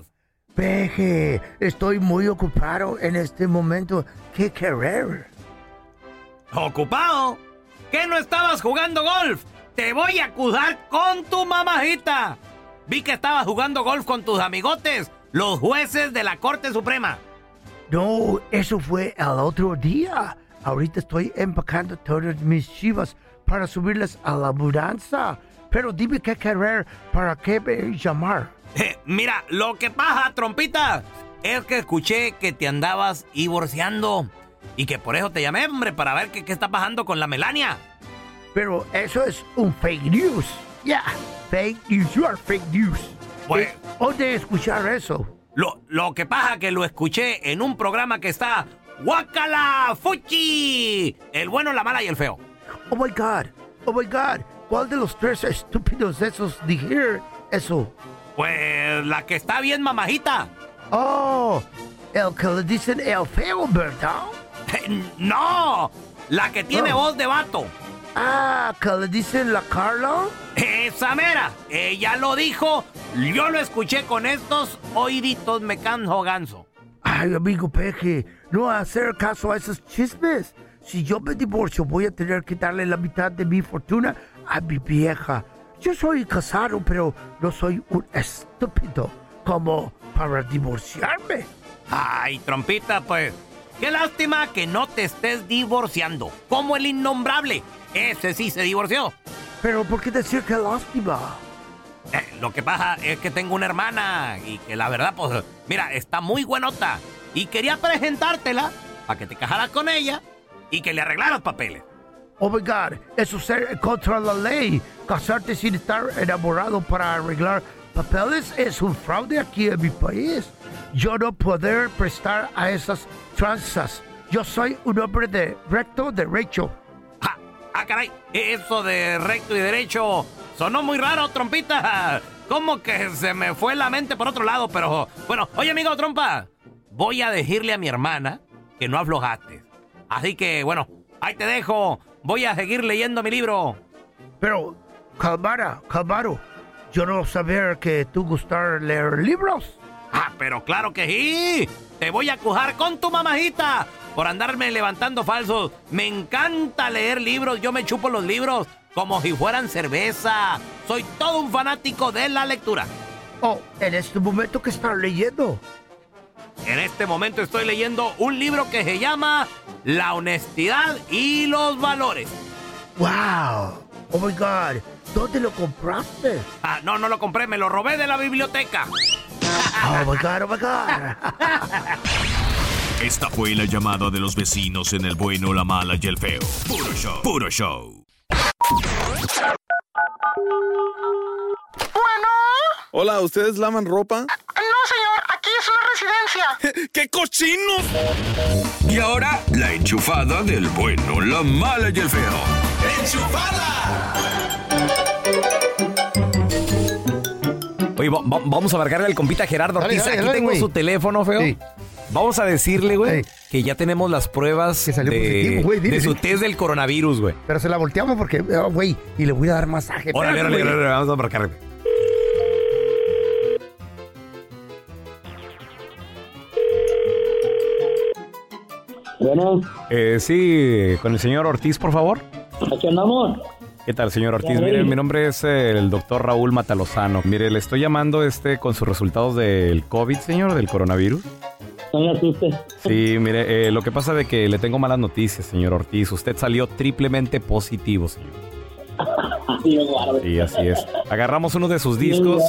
[SPEAKER 4] Peje, estoy muy ocupado en este momento. ¿Qué querer?
[SPEAKER 2] ¿Ocupado? ¿Que no estabas jugando golf? Te voy a acusar con tu mamajita. Vi que estabas jugando golf con tus amigotes, los jueces de la Corte Suprema.
[SPEAKER 20] No, eso fue al otro día.
[SPEAKER 4] Ahorita estoy empacando todas mis chivas para subirlas a la mudanza. Pero dime qué querer, para qué me llamar.
[SPEAKER 2] mira, lo que pasa, trompita, es que escuché que te andabas divorciando y que por eso te llamé, hombre, para ver qué, qué está pasando con la Melania.
[SPEAKER 4] Pero eso es un fake news. Yeah, fake news. You are fake news.
[SPEAKER 2] Pues-
[SPEAKER 4] Eh, ¿Dónde escuchar eso?
[SPEAKER 2] Lo, lo que pasa que lo escuché en un programa que está Guacala Fuchi, el bueno, la mala y el feo.
[SPEAKER 4] Oh my God, oh my God. ¿Cuál de los tres estúpidos esos dijeron eso?
[SPEAKER 2] Pues la que está bien mamajita.
[SPEAKER 4] Oh, el que le dicen el feo, ¿verdad?
[SPEAKER 2] No, la que tiene
[SPEAKER 4] Oh.
[SPEAKER 2] voz de vato.
[SPEAKER 4] Ah, que le dicen la Carla.
[SPEAKER 2] Eh, Esa mera. Ella lo dijo. Yo lo escuché con estos oíditos me canso ganso.
[SPEAKER 22] Ay, amigo Peje, no hacer caso a esos chismes. Si yo me divorcio, voy a tener que darle la mitad de mi fortuna a mi vieja. Yo soy casado, pero no soy un estúpido como para divorciarme.
[SPEAKER 2] Ay, trompita, pues. Qué lástima que no te estés divorciando. Como el innombrable. Ese sí se divorció.
[SPEAKER 22] Pero ¿por qué decir que lástima?
[SPEAKER 2] Eh, lo que pasa es que tengo una hermana y que la verdad, pues, mira, está muy buenota. Y quería presentártela para que te casaras con ella y que le arreglaras papeles.
[SPEAKER 22] Oh my God, eso es ser contra la ley. Casarte sin estar enamorado para arreglar papeles es un fraude aquí en mi país. Yo no poder prestar a esas tranzas. Yo soy un hombre de recto derecho.
[SPEAKER 2] Ah, caray, eso de recto y derecho sonó muy raro, trompita. Como que se me fue la mente por otro lado, pero bueno, oye, amigo trompa, voy a decirle a mi hermana que no aflojaste. Así que, bueno, ahí te dejo. Voy a seguir leyendo mi libro.
[SPEAKER 22] Pero, calmara, calmaro, yo no saber que tú gustar leer libros.
[SPEAKER 2] Ah, pero claro que sí. Te voy a acujar con tu mamajita por andarme levantando falsos. Me encanta leer libros. Yo me chupo los libros como si fueran cerveza. Soy todo un fanático de la lectura.
[SPEAKER 22] Oh, en este momento que estás leyendo.
[SPEAKER 2] En este momento estoy leyendo un libro que se llama La honestidad y los valores.
[SPEAKER 22] ¡Wow! Oh my God, ¿dónde lo compraste?
[SPEAKER 2] Ah, no, no lo compré, me lo robé de la biblioteca.
[SPEAKER 22] Oh my God, oh my God.
[SPEAKER 9] Esta fue la llamada de los vecinos en el bueno, la mala y el feo. Puro show. Puro show.
[SPEAKER 23] Bueno,
[SPEAKER 24] Hola, ¿ustedes lavan ropa?
[SPEAKER 23] no señor, aquí es una residencia.
[SPEAKER 24] ¡Qué cochinos!
[SPEAKER 9] Y ahora, la enchufada del bueno, la mala y el feo.
[SPEAKER 2] Oye, va- va- vamos a marcarle al compita Gerardo
[SPEAKER 25] Dale,
[SPEAKER 2] Ortiz.
[SPEAKER 25] dale,
[SPEAKER 2] Aquí
[SPEAKER 25] dale,
[SPEAKER 2] tengo
[SPEAKER 25] güey.
[SPEAKER 2] su teléfono, feo. Vamos a decirle, güey, que ya tenemos las pruebas de,
[SPEAKER 4] positivo, güey, dile,
[SPEAKER 2] de su
[SPEAKER 4] dile.
[SPEAKER 2] test del coronavirus, güey.
[SPEAKER 4] Pero se la volteamos porque, oh, güey, y le voy a dar masaje.
[SPEAKER 2] Órale,
[SPEAKER 4] Espérate,
[SPEAKER 2] órale,
[SPEAKER 4] güey.
[SPEAKER 2] órale, vamos a marcarle.
[SPEAKER 26] Bueno.
[SPEAKER 2] Eh, sí, con el señor Ortiz, por favor.
[SPEAKER 26] Aquí andamos.
[SPEAKER 2] ¿Qué tal, señor Ortiz?
[SPEAKER 26] Hola.
[SPEAKER 2] Mire, mi nombre es eh, el doctor Raúl Matalozano. Mire, le estoy llamando este con sus resultados del COVID, señor, del coronavirus.
[SPEAKER 26] No me asuste.
[SPEAKER 2] Sí, mire, eh, lo que pasa de que le tengo malas noticias, señor Ortiz. Usted salió triplemente positivo, señor.
[SPEAKER 26] Dios guarde.
[SPEAKER 2] Sí, así es. Agarramos uno de sus discos,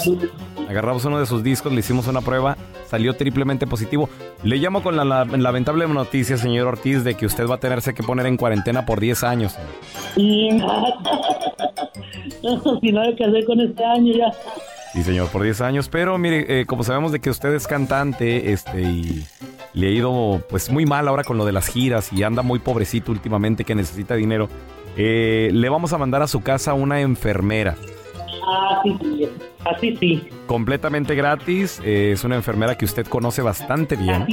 [SPEAKER 2] agarramos uno de sus discos, le hicimos una prueba, salió triplemente positivo. Le llamo con la, la- lamentable noticia, señor Ortiz, de que usted va a tenerse que poner en cuarentena por 10 años. señor.
[SPEAKER 26] Y... No, si no hay que hacer con este año ya.
[SPEAKER 2] Sí, señor, por 10 años. Pero mire, eh, como sabemos de que usted es cantante, este, y le ha ido pues muy mal ahora con lo de las giras y anda muy pobrecito últimamente que necesita dinero, eh, le vamos a mandar a su casa una enfermera.
[SPEAKER 26] Así Ah, sí. Así sí.
[SPEAKER 2] completamente gratis. eh, es una enfermera que usted conoce bastante bien.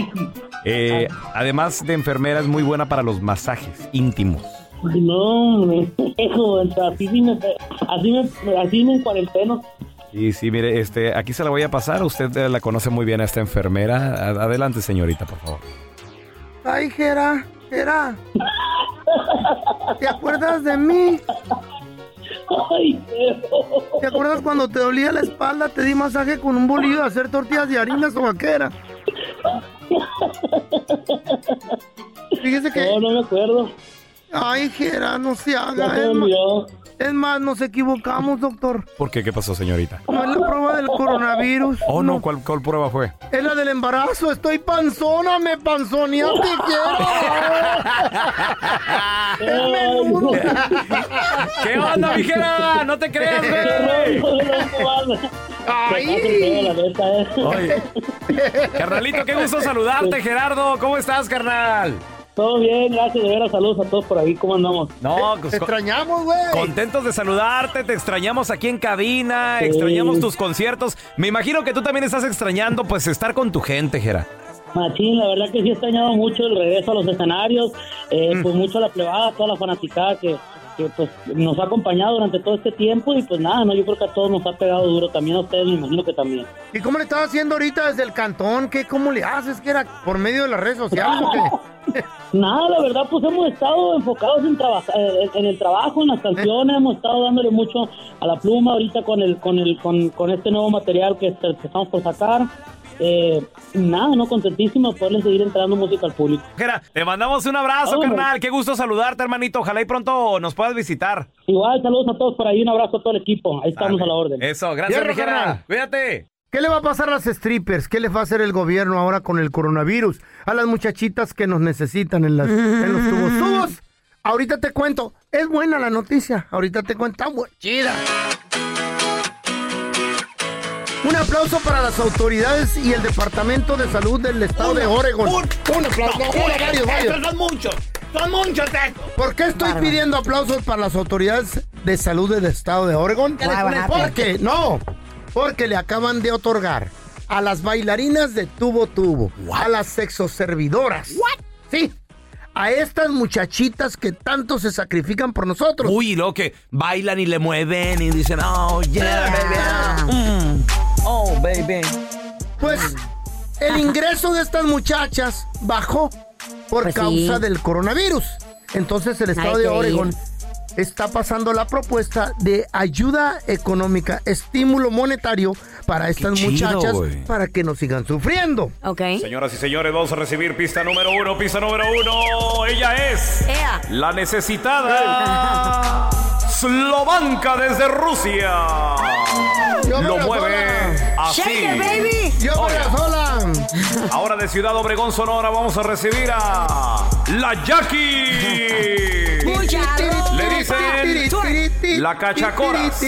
[SPEAKER 2] Eh, además de enfermera, es muy buena para los masajes íntimos.
[SPEAKER 26] No, hombre. Hijo, así sí me... Así me, así me encuarenteno.
[SPEAKER 2] Y sí, mire, este, aquí se la voy a pasar. Usted eh, la conoce muy bien a esta enfermera. A- adelante, señorita, por favor.
[SPEAKER 4] Ay, Gera, Gera. ¿Te acuerdas de mí?
[SPEAKER 26] Ay,
[SPEAKER 4] ¿Te acuerdas cuando te dolía la espalda? Te di masaje con un bolillo de hacer tortillas de harinas o vaquera. Fíjese que. No,
[SPEAKER 26] no me acuerdo.
[SPEAKER 4] Ay, Gera, no se
[SPEAKER 26] Ya se
[SPEAKER 4] haga. Es ma-
[SPEAKER 26] olvidó.
[SPEAKER 4] es más, nos equivocamos, doctor.
[SPEAKER 2] ¿Por qué? ¿Qué pasó, señorita?
[SPEAKER 4] No es la prueba del coronavirus.
[SPEAKER 2] Oh, no, ¿cuál, cuál prueba fue?
[SPEAKER 4] Es la del embarazo, estoy panzona, me panzoneaste, quiero.
[SPEAKER 2] ¿Qué onda,
[SPEAKER 26] mijera?
[SPEAKER 2] No te
[SPEAKER 26] creas, güey.
[SPEAKER 2] Oye. Carnalito, qué gusto saludarte, Gerardo. ¿Cómo estás, carnal?
[SPEAKER 26] Todo bien, gracias. De veras, saludos a todos por ahí. ¿Cómo andamos?
[SPEAKER 2] No, pues, co-
[SPEAKER 4] extrañamos, güey.
[SPEAKER 2] Contentos de saludarte, te extrañamos aquí en cabina,
[SPEAKER 26] Sí.
[SPEAKER 2] extrañamos tus conciertos. Me imagino que tú también estás extrañando pues estar con tu gente, Jera.
[SPEAKER 26] Machín, la verdad
[SPEAKER 4] Mm.
[SPEAKER 26] que sí he extrañado mucho el regreso a los escenarios, eh, pues mucho a la plebada, a toda la fanaticada que, que pues nos ha acompañado durante todo este tiempo y pues nada, no, yo creo que a todos nos ha pegado duro, también a ustedes me imagino que también.
[SPEAKER 4] ¿Y cómo le estás haciendo ahorita desde el cantón? ¿Qué, ¿Cómo le haces? ¿Que era por medio de las redes sociales? o qué?
[SPEAKER 26] Nada, la verdad, pues hemos estado enfocados en, trabaja- en- en el trabajo, en las canciones, hemos estado dándole mucho a la pluma ahorita con el con el con, con este nuevo material que, est- que estamos por sacar. Eh, nada, no contentísimo de poderle seguir entrando música al público.
[SPEAKER 2] Jera, Te mandamos un abrazo,
[SPEAKER 26] Vámonos.
[SPEAKER 2] carnal. Qué gusto saludarte, hermanito. Ojalá y pronto nos puedas visitar.
[SPEAKER 26] Igual, saludos a todos por ahí, un abrazo a todo el equipo. Ahí estamos a la orden.
[SPEAKER 2] Eso, gracias,
[SPEAKER 4] Fierro,
[SPEAKER 2] Mijera.
[SPEAKER 4] carnal.
[SPEAKER 2] Cuídate.
[SPEAKER 4] ¿Qué le va a pasar a las strippers? ¿Qué les va a hacer el gobierno ahora con el coronavirus? A las muchachitas que nos necesitan en, las, en los tubos. ¡Tubos! Ahorita te cuento. Es buena la noticia. Ahorita te cuento. Está bu- Chida. Un aplauso para las autoridades y el Departamento de Salud del Estado de Oregon.
[SPEAKER 13] un-
[SPEAKER 4] aplauso.
[SPEAKER 13] no,
[SPEAKER 4] uno,
[SPEAKER 13] uno,
[SPEAKER 4] varios, varios.
[SPEAKER 13] estos son muchos. Son muchos
[SPEAKER 2] eh.
[SPEAKER 13] de estos.
[SPEAKER 4] ¿Por qué estoy pidiendo aplausos para las autoridades de salud del estado de Oregon?
[SPEAKER 13] ¿Qué les Guau, pones?
[SPEAKER 4] Porque, no, porque le acaban de otorgar a las bailarinas de tubo tubo, a las sexoservidoras. Sí, a estas muchachitas que tanto se sacrifican por nosotros.
[SPEAKER 2] Uy, y luego que bailan y le mueven y dicen, oh, yeah, baby. ah, mm, oh, baby.
[SPEAKER 4] Pues el ingreso de estas muchachas bajó por
[SPEAKER 2] Pues sí.
[SPEAKER 4] causa del coronavirus. Entonces el estado
[SPEAKER 2] Ay,
[SPEAKER 4] de
[SPEAKER 2] qué
[SPEAKER 4] Oregon
[SPEAKER 2] bien.
[SPEAKER 4] está pasando la propuesta de ayuda económica, estímulo monetario para estas
[SPEAKER 2] chido,
[SPEAKER 4] muchachas
[SPEAKER 2] güey.
[SPEAKER 4] para que no sigan sufriendo.
[SPEAKER 3] Ok.
[SPEAKER 2] Señoras y señores, vamos a recibir pista número uno, pista número uno. Ella es
[SPEAKER 3] Ea.
[SPEAKER 2] la necesitada Slovanka desde Rusia.
[SPEAKER 4] Yo me
[SPEAKER 2] Lo
[SPEAKER 4] la
[SPEAKER 2] mueve
[SPEAKER 4] sola.
[SPEAKER 2] así.
[SPEAKER 4] Shake it, baby. Yo me la sola.
[SPEAKER 2] Ahora de Ciudad Obregón, Sonora, vamos a recibir a la Jackie. Le dicen la cachacoras.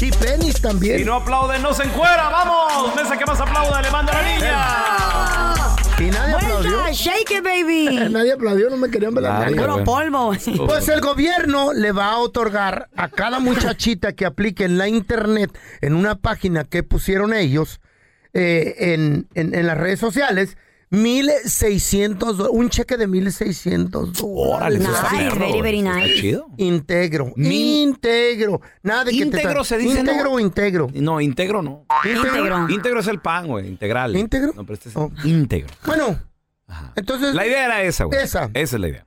[SPEAKER 4] Y penis también.
[SPEAKER 2] Y no aplauden, no se encuera. ¡Vamos! Mesa que más aplauda, le manda a la niña.
[SPEAKER 4] Y nadie
[SPEAKER 3] Vuelta,
[SPEAKER 2] Ah,
[SPEAKER 4] aplaudió.
[SPEAKER 3] shake it, baby.
[SPEAKER 4] nadie aplaudió, no me querían ver la
[SPEAKER 3] Claro,
[SPEAKER 4] nalga.
[SPEAKER 3] Puro polvo.
[SPEAKER 4] Pues el gobierno le va a otorgar a cada muchachita que aplique en la internet, en una página que pusieron ellos, eh, en, en- en las redes sociales, 1.600, do- un cheque de 1.600 dólares.
[SPEAKER 3] Nice, very, very nice.
[SPEAKER 4] Integro, integro. Nada de que te
[SPEAKER 2] Íntegro
[SPEAKER 4] tra-
[SPEAKER 2] se dice,
[SPEAKER 4] Íntegro
[SPEAKER 2] ¿no?
[SPEAKER 4] o integro.
[SPEAKER 2] No, íntegro no. Íntegro. Íntegro es el pan, güey. Integral. ¿Íntegro? No, pero este es íntegro.
[SPEAKER 4] Bueno, entonces.
[SPEAKER 2] La idea era esa, güey.
[SPEAKER 4] Esa.
[SPEAKER 2] Esa es la idea.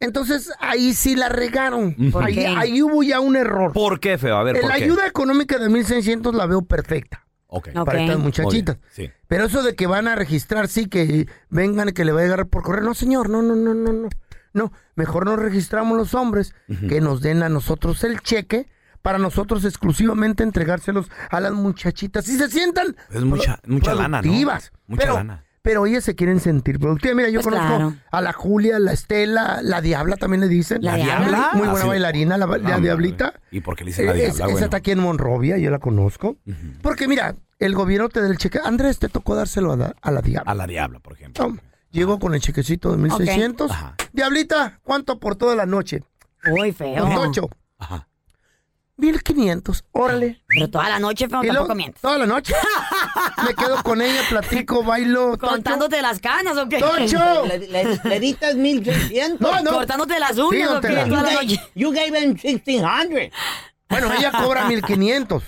[SPEAKER 4] Entonces ahí sí la regaron.
[SPEAKER 2] ¿Por
[SPEAKER 4] Ahí,
[SPEAKER 2] qué?
[SPEAKER 4] ahí hubo ya un error.
[SPEAKER 2] ¿Por qué, feo? A ver, ¿por
[SPEAKER 4] Eh, la
[SPEAKER 2] qué?
[SPEAKER 4] ayuda económica de 1.600 la veo perfecta.
[SPEAKER 2] Ok.
[SPEAKER 4] Para estas
[SPEAKER 2] Muy
[SPEAKER 4] muchachitas.
[SPEAKER 2] bien, sí.
[SPEAKER 4] Pero eso de que van a registrar, sí, que vengan y que le va a llegar por correo. No, señor, no, no, no, no, no. No, mejor nos registramos los hombres que nos den a nosotros el cheque para nosotros exclusivamente entregárselos a las muchachitas. Si se sientan
[SPEAKER 2] Es mucha, mucha lana, ¿no?
[SPEAKER 4] productivas.
[SPEAKER 2] Mucha
[SPEAKER 4] pero,
[SPEAKER 2] lana.
[SPEAKER 4] Pero ellas se quieren sentir productivas. Mira, yo
[SPEAKER 3] Pues
[SPEAKER 4] conozco
[SPEAKER 3] claro.
[SPEAKER 4] a la Julia, la Estela, la Diabla también le dicen.
[SPEAKER 2] ¿La Diabla?
[SPEAKER 4] Muy
[SPEAKER 2] Ah,
[SPEAKER 4] buena
[SPEAKER 2] sí.
[SPEAKER 4] bailarina, la, la
[SPEAKER 2] Ah,
[SPEAKER 4] Diablita.
[SPEAKER 2] ¿Y por qué le dicen la
[SPEAKER 4] Eh, es-
[SPEAKER 2] diabla, güey?
[SPEAKER 4] Esa está aquí en Monrovia, yo la conozco. Porque mira, el gobierno te da el cheque. Andrés, te tocó dárselo a la, a la diabla.
[SPEAKER 2] A la diabla, por ejemplo.
[SPEAKER 4] Llego con el chequecito de 1600. Diablita, ¿cuánto por toda la noche?
[SPEAKER 3] Uy, feo.
[SPEAKER 4] Con ocho. 1500. Órale.
[SPEAKER 3] Pero toda la noche, feo,
[SPEAKER 4] Y luego,
[SPEAKER 3] tampoco mientes.
[SPEAKER 4] Toda la noche. Me quedo con ella, platico, bailo.
[SPEAKER 3] Contándote las canas, ¿o qué?
[SPEAKER 4] ¡Tocho!
[SPEAKER 13] Le, le, le ditas 1600.
[SPEAKER 4] No, no.
[SPEAKER 3] Cortándote las uñas,
[SPEAKER 4] Sí, don
[SPEAKER 3] ¿o qué?
[SPEAKER 4] Tela.
[SPEAKER 13] You
[SPEAKER 3] Toda la
[SPEAKER 13] gave,
[SPEAKER 3] noche.
[SPEAKER 13] you gave him 1600.
[SPEAKER 4] Bueno, ella cobra 1500.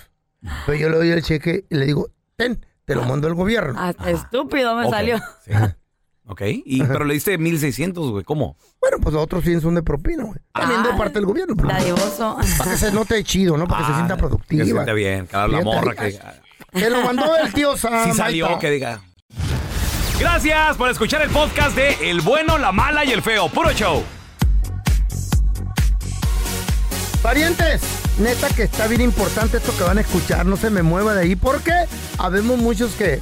[SPEAKER 4] Pero yo le doy el cheque y le digo, ten, te lo mando el gobierno.
[SPEAKER 3] Ah, Estúpido me
[SPEAKER 2] Ok.
[SPEAKER 3] salió.
[SPEAKER 2] Sí. Ok. Y, pero le diste 1600, güey. ¿Cómo?
[SPEAKER 4] Bueno, pues otros sí son de propina, güey. También de parte del gobierno. pero-
[SPEAKER 3] Dadivoso.
[SPEAKER 4] Para que se note chido, ¿no? Para que se sienta
[SPEAKER 2] Que se
[SPEAKER 4] productiva.
[SPEAKER 2] sienta bien. Claro, la
[SPEAKER 4] Fíjate,
[SPEAKER 2] morra
[SPEAKER 4] ay,
[SPEAKER 2] que...
[SPEAKER 4] Te lo mandó el tío Sam.
[SPEAKER 2] Sí salió, que diga. Gracias por escuchar el podcast de El Bueno, la Mala y el Feo. Puro show.
[SPEAKER 4] Parientes, neta que está bien importante esto que van a escuchar. No se me mueva de ahí porque habemos muchos que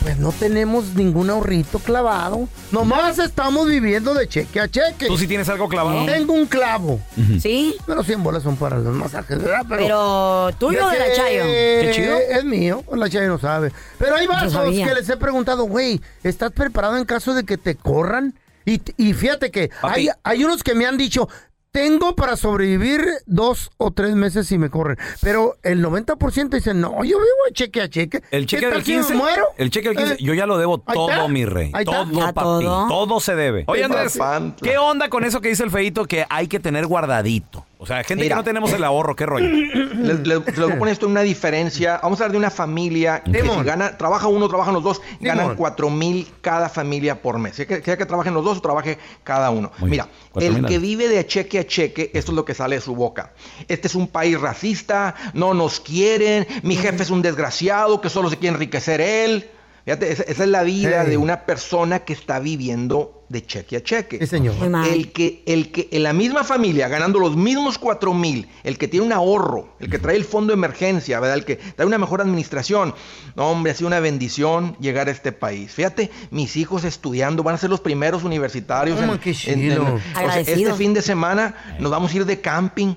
[SPEAKER 4] pues no tenemos ningún ahorrito clavado. Nomás estamos viviendo de cheque a cheque.
[SPEAKER 2] ¿Tú sí tienes algo clavado?
[SPEAKER 4] Tengo un clavo.
[SPEAKER 3] ¿Sí?
[SPEAKER 4] Pero 100 bolas son para los masajes, ¿verdad?
[SPEAKER 3] Pero, ¿tuyo o de la
[SPEAKER 4] Ese-
[SPEAKER 3] Chayo?
[SPEAKER 2] Qué chido.
[SPEAKER 4] Es mío, la Chayo no sabe. Pero hay
[SPEAKER 3] Yo
[SPEAKER 4] vasos
[SPEAKER 3] sabía.
[SPEAKER 4] que les he preguntado, güey, ¿estás preparado en caso de que te corran? Y, y fíjate que hay, hay unos que me han dicho, Tengo para sobrevivir dos o tres meses si me corren. Pero el 90% dicen, no, yo vivo de cheque a cheque.
[SPEAKER 2] El
[SPEAKER 4] ¿Qué
[SPEAKER 2] cheque
[SPEAKER 4] tal
[SPEAKER 2] del
[SPEAKER 4] si me
[SPEAKER 2] 15.
[SPEAKER 4] muero?
[SPEAKER 2] El cheque del 15.
[SPEAKER 4] Eh,
[SPEAKER 2] yo ya lo debo
[SPEAKER 4] ahí
[SPEAKER 2] todo,
[SPEAKER 4] está.
[SPEAKER 2] mi rey.
[SPEAKER 4] Ahí está.
[SPEAKER 2] Todo,
[SPEAKER 4] Ya
[SPEAKER 2] papi.
[SPEAKER 4] todo.
[SPEAKER 2] Todo. se debe. Oye, Andrés, ¿qué onda con eso que dice el feito que hay que tener guardadito? O sea, gente
[SPEAKER 8] Mira.
[SPEAKER 2] que no tenemos el ahorro, qué rollo.
[SPEAKER 8] Les, les- les voy a poner esto en una diferencia. Vamos a hablar de una familia que si gana, trabaja uno, trabajan los dos, ganan
[SPEAKER 2] Demon.
[SPEAKER 8] cuatro mil cada familia por mes. Sea que, sea que trabajen los dos o trabaje cada uno.
[SPEAKER 2] Muy bien.
[SPEAKER 8] Mira,
[SPEAKER 2] Cuatro
[SPEAKER 8] el
[SPEAKER 2] mil
[SPEAKER 8] que
[SPEAKER 2] al-
[SPEAKER 8] vive de cheque a cheque, esto es lo que sale de su boca. Este es un país racista, no nos quieren, mi jefe es un desgraciado que solo se quiere enriquecer él. Fíjate, esa, esa es la vida
[SPEAKER 4] Hey.
[SPEAKER 8] de una persona que está viviendo de cheque a cheque.
[SPEAKER 4] Sí, señor. Qué mal.
[SPEAKER 8] El que, el que en la misma familia, ganando los mismos cuatro mil, el que tiene un ahorro, el que trae el fondo de emergencia, ¿verdad? El que trae una mejor administración. No, hombre, ha sido una bendición llegar a este país. Fíjate, mis hijos estudiando van a ser los primeros universitarios.
[SPEAKER 4] ¿Cómo
[SPEAKER 8] en-
[SPEAKER 4] que
[SPEAKER 8] en-
[SPEAKER 4] chilo?
[SPEAKER 8] en- o sea, este
[SPEAKER 4] Agradecido.
[SPEAKER 8] fin de semana nos vamos a ir de camping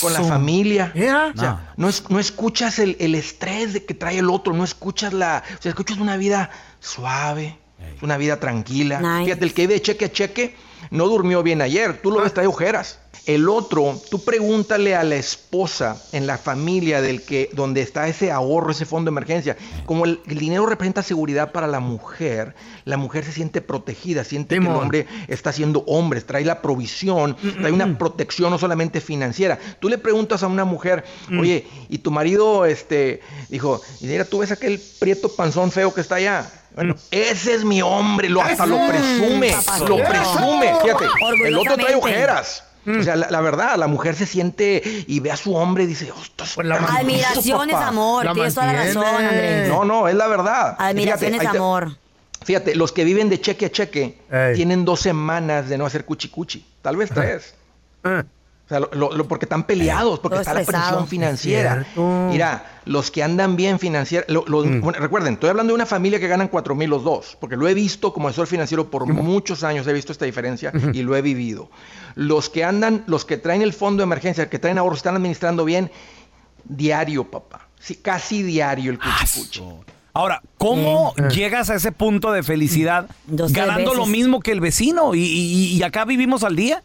[SPEAKER 8] con la
[SPEAKER 4] su-
[SPEAKER 8] familia.
[SPEAKER 4] Yeah.
[SPEAKER 8] O sea,
[SPEAKER 4] No.
[SPEAKER 8] no, es- no escuchas el, el estrés de que trae el otro, no escuchas la. O sea, escuchas una vida suave, una vida tranquila. Fíjate, el que vive de cheque a cheque no durmió bien ayer, tú lo ves, trae ojeras. El otro, tú pregúntale a la esposa en la familia del que, donde está ese ahorro, ese fondo de emergencia. Como el, el dinero representa seguridad para la mujer, la mujer se siente protegida, siente que el
[SPEAKER 4] Simón.
[SPEAKER 8] hombre está siendo hombre, trae la provisión, trae una protección no solamente financiera. Tú le preguntas a una mujer, oye, y tu marido, este, dijo, y mira, tú ves aquel prieto panzón feo que está allá. Bueno, ese es mi hombre, lo, hasta lo Eso, presume, papacito. lo presume. Fíjate, el otro trae Orgullosamente. ojeras. O sea, la, la verdad, la mujer se siente y ve a su hombre y dice, ostras,
[SPEAKER 4] la
[SPEAKER 8] está
[SPEAKER 4] mantiene.
[SPEAKER 8] hermoso,
[SPEAKER 3] Admiración es
[SPEAKER 8] papá".
[SPEAKER 3] amor, Pues La tienes toda la razón, mantiene. Andrés.
[SPEAKER 8] No, no, es la verdad.
[SPEAKER 3] Admiración
[SPEAKER 8] Fíjate,
[SPEAKER 3] es
[SPEAKER 8] ahí te-
[SPEAKER 3] amor.
[SPEAKER 8] Fíjate, los que viven de cheque a cheque tienen dos semanas de no hacer cuchi cuchi, tal vez tres. O sea, lo- lo- lo- porque están peleados, porque
[SPEAKER 3] Todo
[SPEAKER 8] está la
[SPEAKER 3] estresado.
[SPEAKER 8] presión financiera.
[SPEAKER 3] Ah. Es
[SPEAKER 8] Mira, los que andan bien financiera, lo- los- bueno, recuerden, estoy hablando de una familia que ganan cuatro mil los dos, porque lo he visto como asesor financiero por muchos años, he visto esta diferencia y lo he vivido. Los que andan, los que traen el fondo de emergencia, que traen ahorros, están administrando bien, diario, papá. Sí, casi diario el cuchi cuchi.
[SPEAKER 2] Ahora, ¿cómo llegas a ese punto de felicidad ganando
[SPEAKER 8] Mm. veces.
[SPEAKER 2] lo mismo que el vecino? Y, y- y acá vivimos al día.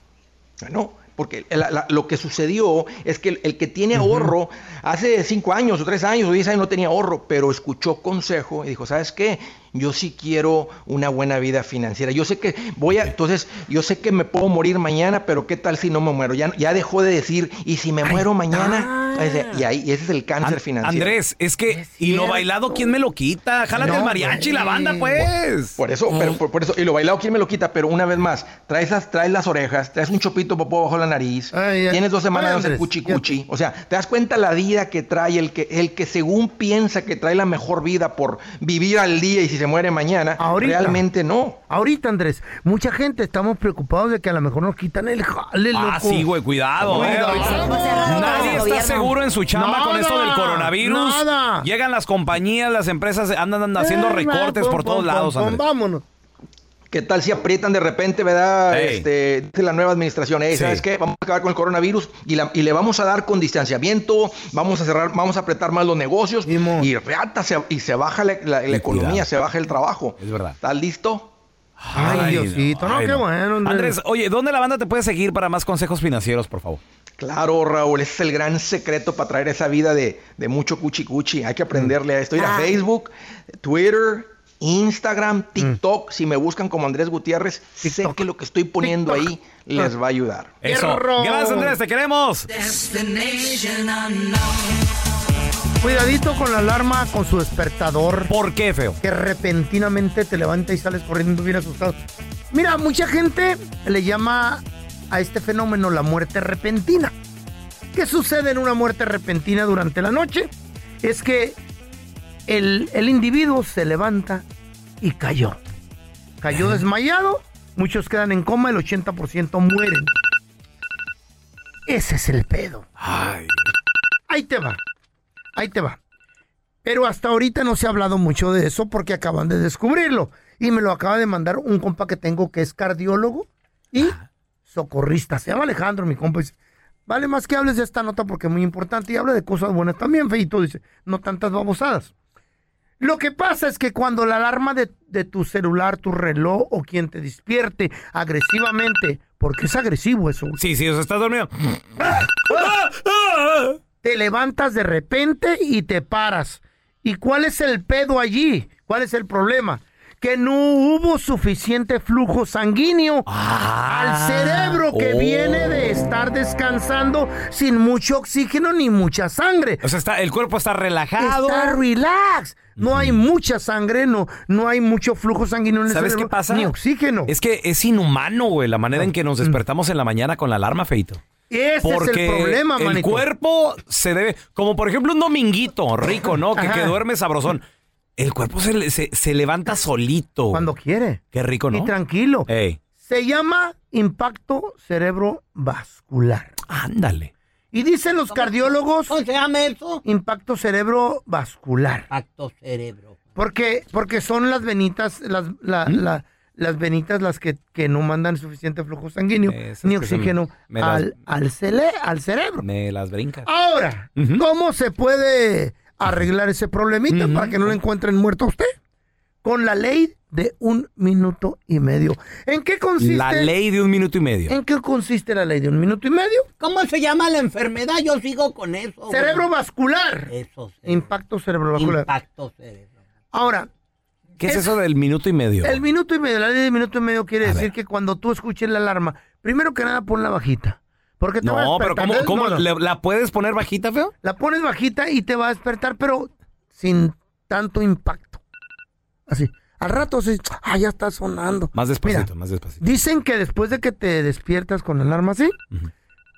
[SPEAKER 8] No, porque la- la- lo que sucedió es que el, el que tiene ahorro, hace cinco años o tres años o diez años no tenía ahorro, pero escuchó consejo y dijo, ¿sabes qué? Yo sí quiero una buena vida financiera. Yo sé que voy a, entonces, yo sé que me puedo morir mañana, pero ¿qué tal si no me muero? Ya, ya dejó de decir, ¿y si me muero mañana? Ese- Y ahí, y ese es el cáncer financiero.
[SPEAKER 2] Andrés, es que, y lo
[SPEAKER 8] cierto.
[SPEAKER 2] bailado, ¿quién me lo quita? Jálate
[SPEAKER 8] No,
[SPEAKER 2] el mariachi y la banda, pues.
[SPEAKER 8] Por eso, pero por, por eso, y lo bailado, ¿quién me lo quita? Pero una vez más, traes las, traes las orejas, traes un chopito popó bajo la nariz, tienes dos semanas
[SPEAKER 4] Ay,
[SPEAKER 8] de hacer
[SPEAKER 4] Andrés,
[SPEAKER 8] cuchi cuchi. O sea, te das cuenta la vida que trae el que, el que según piensa que trae la mejor vida por vivir al día y si se muere mañana, realmente no.
[SPEAKER 4] Ahorita, Andrés, mucha gente estamos preocupados de que a lo mejor nos quitan el jale, loco.
[SPEAKER 2] Ah, sí, güey, cuidado. eh. Nadie está
[SPEAKER 4] gobierno.
[SPEAKER 2] seguro en su chamba con esto del
[SPEAKER 4] Nada,
[SPEAKER 2] coronavirus.
[SPEAKER 4] nada.
[SPEAKER 2] Llegan las compañías, las empresas andan, andan haciendo
[SPEAKER 8] Eh,
[SPEAKER 2] recortes
[SPEAKER 8] pum,
[SPEAKER 2] por
[SPEAKER 8] pum,
[SPEAKER 2] todos
[SPEAKER 8] pum,
[SPEAKER 2] lados,
[SPEAKER 8] pum,
[SPEAKER 2] Andrés.
[SPEAKER 4] Vámonos.
[SPEAKER 8] ¿Qué tal si aprietan de repente, verdad?
[SPEAKER 2] Ey.
[SPEAKER 8] Este, dice la nueva administración, "Ey,
[SPEAKER 2] Sí.
[SPEAKER 8] ¿sabes qué? Vamos a acabar con el coronavirus y, la- y le vamos a dar con distanciamiento, vamos a cerrar, vamos a apretar más los negocios y reata, se- y se baja la, la- la economía,
[SPEAKER 2] cuidado.
[SPEAKER 8] se baja el trabajo.
[SPEAKER 2] Es verdad.
[SPEAKER 8] ¿Estás listo?
[SPEAKER 2] Ay,
[SPEAKER 8] Diosito, no, qué bueno, Andrés.
[SPEAKER 2] Andrés, oye, ¿dónde la banda te puede seguir para más consejos financieros, por favor?
[SPEAKER 8] Claro, Raúl, ese es el gran secreto para traer esa vida de, de mucho cuchi cuchi. Hay que aprenderle a esto. Ir a Facebook, Twitter, Instagram, TikTok. Si me buscan como Andrés Gutiérrez, sé que lo que estoy poniendo ahí les va a ayudar.
[SPEAKER 2] Eso. Gracias, Andrés, te queremos.
[SPEAKER 4] Cuidadito con la alarma, con su despertador.
[SPEAKER 2] ¿Por qué, feo?
[SPEAKER 4] Que repentinamente te levanta y sales corriendo bien asustado. Mira, mucha gente le llama a este fenómeno la muerte repentina. ¿Qué sucede en una muerte repentina durante la noche? Es que el, el individuo se levanta y cayó. Cayó desmayado, muchos quedan en coma, el 80% mueren. Ese es el pedo. Ahí te va. Ahí te va. Pero hasta ahorita no se ha hablado mucho de eso porque acaban de descubrirlo. Y me lo acaba de mandar un compa que tengo que es cardiólogo y socorrista. Se llama Alejandro, mi compa. Dice, vale más que hables de esta nota porque es muy importante y habla de cosas buenas también, feito. Dice, no tantas babosadas. Lo que pasa es que cuando la alarma de, de tu celular, tu reloj o quien te despierte agresivamente Porque es agresivo eso.
[SPEAKER 2] Sí, sí, o sea, estás dormido.
[SPEAKER 4] Te levantas de repente y te paras. ¿Y cuál es el pedo allí? ¿Cuál es el problema? Que no hubo suficiente flujo sanguíneo al cerebro que
[SPEAKER 2] Ah. oh.
[SPEAKER 4] viene de estar descansando sin mucho oxígeno ni mucha sangre.
[SPEAKER 2] O sea, está, el cuerpo está relajado.
[SPEAKER 4] Está relax. No hay mucha sangre, no, no hay mucho flujo sanguíneo en el
[SPEAKER 2] ¿Sabes qué
[SPEAKER 4] cerebro,
[SPEAKER 2] pasa?
[SPEAKER 4] Ni oxígeno.
[SPEAKER 2] Es que es inhumano, güey, la manera en que nos despertamos en la mañana con la alarma, feito.
[SPEAKER 4] Ese es el problema,
[SPEAKER 2] el
[SPEAKER 4] manito.
[SPEAKER 2] cuerpo se debe, como por ejemplo un dominguito rico, ¿no? Que, que
[SPEAKER 4] Ajá.
[SPEAKER 2] duerme sabrosón. El cuerpo se, le- se, se levanta solito. Cuando
[SPEAKER 4] quiere.
[SPEAKER 2] Qué rico, ¿no?
[SPEAKER 4] Y tranquilo.
[SPEAKER 2] Ey.
[SPEAKER 4] Se llama impacto cerebrovascular.
[SPEAKER 2] Ándale.
[SPEAKER 4] Y dicen los cardiólogos. ¿Cómo se llama eso? Impacto cerebrovascular.
[SPEAKER 13] Impacto cerebro.
[SPEAKER 4] Porque, porque son las venitas, las, la-
[SPEAKER 2] ¿Mm?
[SPEAKER 4] la- las venitas las que, que no mandan suficiente flujo sanguíneo ni
[SPEAKER 2] que se me-
[SPEAKER 4] oxígeno
[SPEAKER 2] me las-
[SPEAKER 4] al, al, cele- al cerebro.
[SPEAKER 2] Me las brinca.
[SPEAKER 4] Ahora, ¿cómo se puede arreglar ese problemita para que no lo encuentren muerto a usted? Con la ley de un minuto y medio. ¿En qué consiste?
[SPEAKER 2] La ley de un minuto y medio.
[SPEAKER 4] ¿En qué consiste la ley de un minuto y medio?
[SPEAKER 13] ¿Cómo se llama la enfermedad? Yo sigo con eso. güey.
[SPEAKER 4] Cerebrovascular.
[SPEAKER 13] Eso,
[SPEAKER 4] Impacto cerebrovascular.
[SPEAKER 13] impacto cerebro.
[SPEAKER 4] Ahora,
[SPEAKER 2] ¿Qué es, eso del minuto y medio?
[SPEAKER 4] El minuto y medio, la ley de minuto y medio quiere decir que cuando tú escuches la alarma, primero que nada pon la bajita. Porque te va a
[SPEAKER 2] No, pero
[SPEAKER 4] despertar.
[SPEAKER 2] ¿cómo,
[SPEAKER 4] No,
[SPEAKER 2] cómo
[SPEAKER 4] no.
[SPEAKER 2] le- la puedes poner bajita, feo?
[SPEAKER 4] La pones bajita y te va a despertar, pero sin tanto impacto. Así. Al rato, así, ah, ya está sonando.
[SPEAKER 2] Más despacito, más despacito.
[SPEAKER 4] Dicen que después de que te despiertas con la alarma así,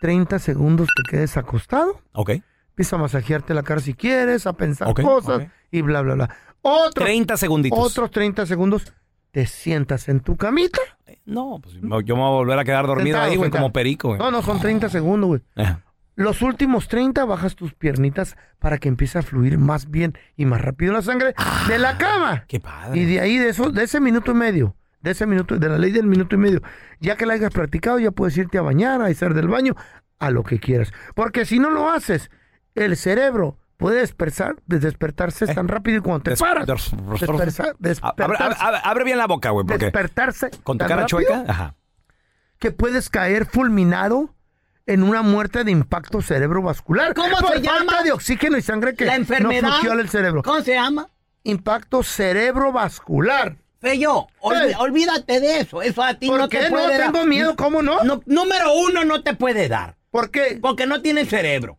[SPEAKER 4] 30 segundos te quedes acostado.
[SPEAKER 2] Ok.
[SPEAKER 4] Empieza a masajearte la cara si quieres, a pensar
[SPEAKER 2] Ok,
[SPEAKER 4] cosas
[SPEAKER 2] ok.
[SPEAKER 4] y bla, bla, bla. Otros,
[SPEAKER 2] 30 segunditos.
[SPEAKER 4] Otros 30 segundos te sientas en tu camita.
[SPEAKER 2] No, pues, Yo me voy a volver a quedar dormido
[SPEAKER 4] Sentado,
[SPEAKER 2] ahí, güey,
[SPEAKER 4] sentado.
[SPEAKER 2] como perico, güey.
[SPEAKER 4] No, no, son 30 segundos, güey.
[SPEAKER 2] Eh.
[SPEAKER 4] Los últimos 30 bajas tus piernitas para que empiece a fluir más bien y más rápido la sangre de la cama.
[SPEAKER 2] Ah, Qué padre.
[SPEAKER 4] Y de ahí, de, eso, de ese minuto y medio, de ese minuto, de la ley del minuto y medio, ya que la hayas practicado, ya puedes irte a bañar, a hacer del baño, a lo que quieras. Porque si no lo haces, el cerebro puede dispersar, despertarse tan
[SPEAKER 2] Eh.
[SPEAKER 4] rápido y cuando te
[SPEAKER 2] Des-
[SPEAKER 4] paras.
[SPEAKER 2] des-
[SPEAKER 4] despersa-
[SPEAKER 2] Abre, abre-
[SPEAKER 4] despertarse,
[SPEAKER 2] abre- abre bien la boca, güey, porque
[SPEAKER 4] despertarse.
[SPEAKER 2] con tu
[SPEAKER 4] tan
[SPEAKER 2] cara
[SPEAKER 4] rápido
[SPEAKER 2] chueca, ajá.
[SPEAKER 4] que puedes caer fulminado en una muerte de impacto cerebrovascular.
[SPEAKER 13] ¿Cómo
[SPEAKER 4] por
[SPEAKER 13] se llama?
[SPEAKER 4] falta de oxígeno y sangre que
[SPEAKER 13] La
[SPEAKER 4] no
[SPEAKER 13] enfermedad.
[SPEAKER 4] funciona el cerebro.
[SPEAKER 13] ¿Cómo se llama?
[SPEAKER 4] Impacto cerebrovascular.
[SPEAKER 13] Feyo, olvi-
[SPEAKER 4] Ey.
[SPEAKER 13] olvídate de eso. Eso a ti
[SPEAKER 4] Eh. ¿Por
[SPEAKER 13] no
[SPEAKER 4] qué?
[SPEAKER 13] te
[SPEAKER 4] No,
[SPEAKER 13] puede dar.
[SPEAKER 4] tengo miedo, ¿cómo no?
[SPEAKER 13] Número uno, no te puede dar.
[SPEAKER 4] ¿Por qué? Ah.
[SPEAKER 13] Porque no tienes cerebro.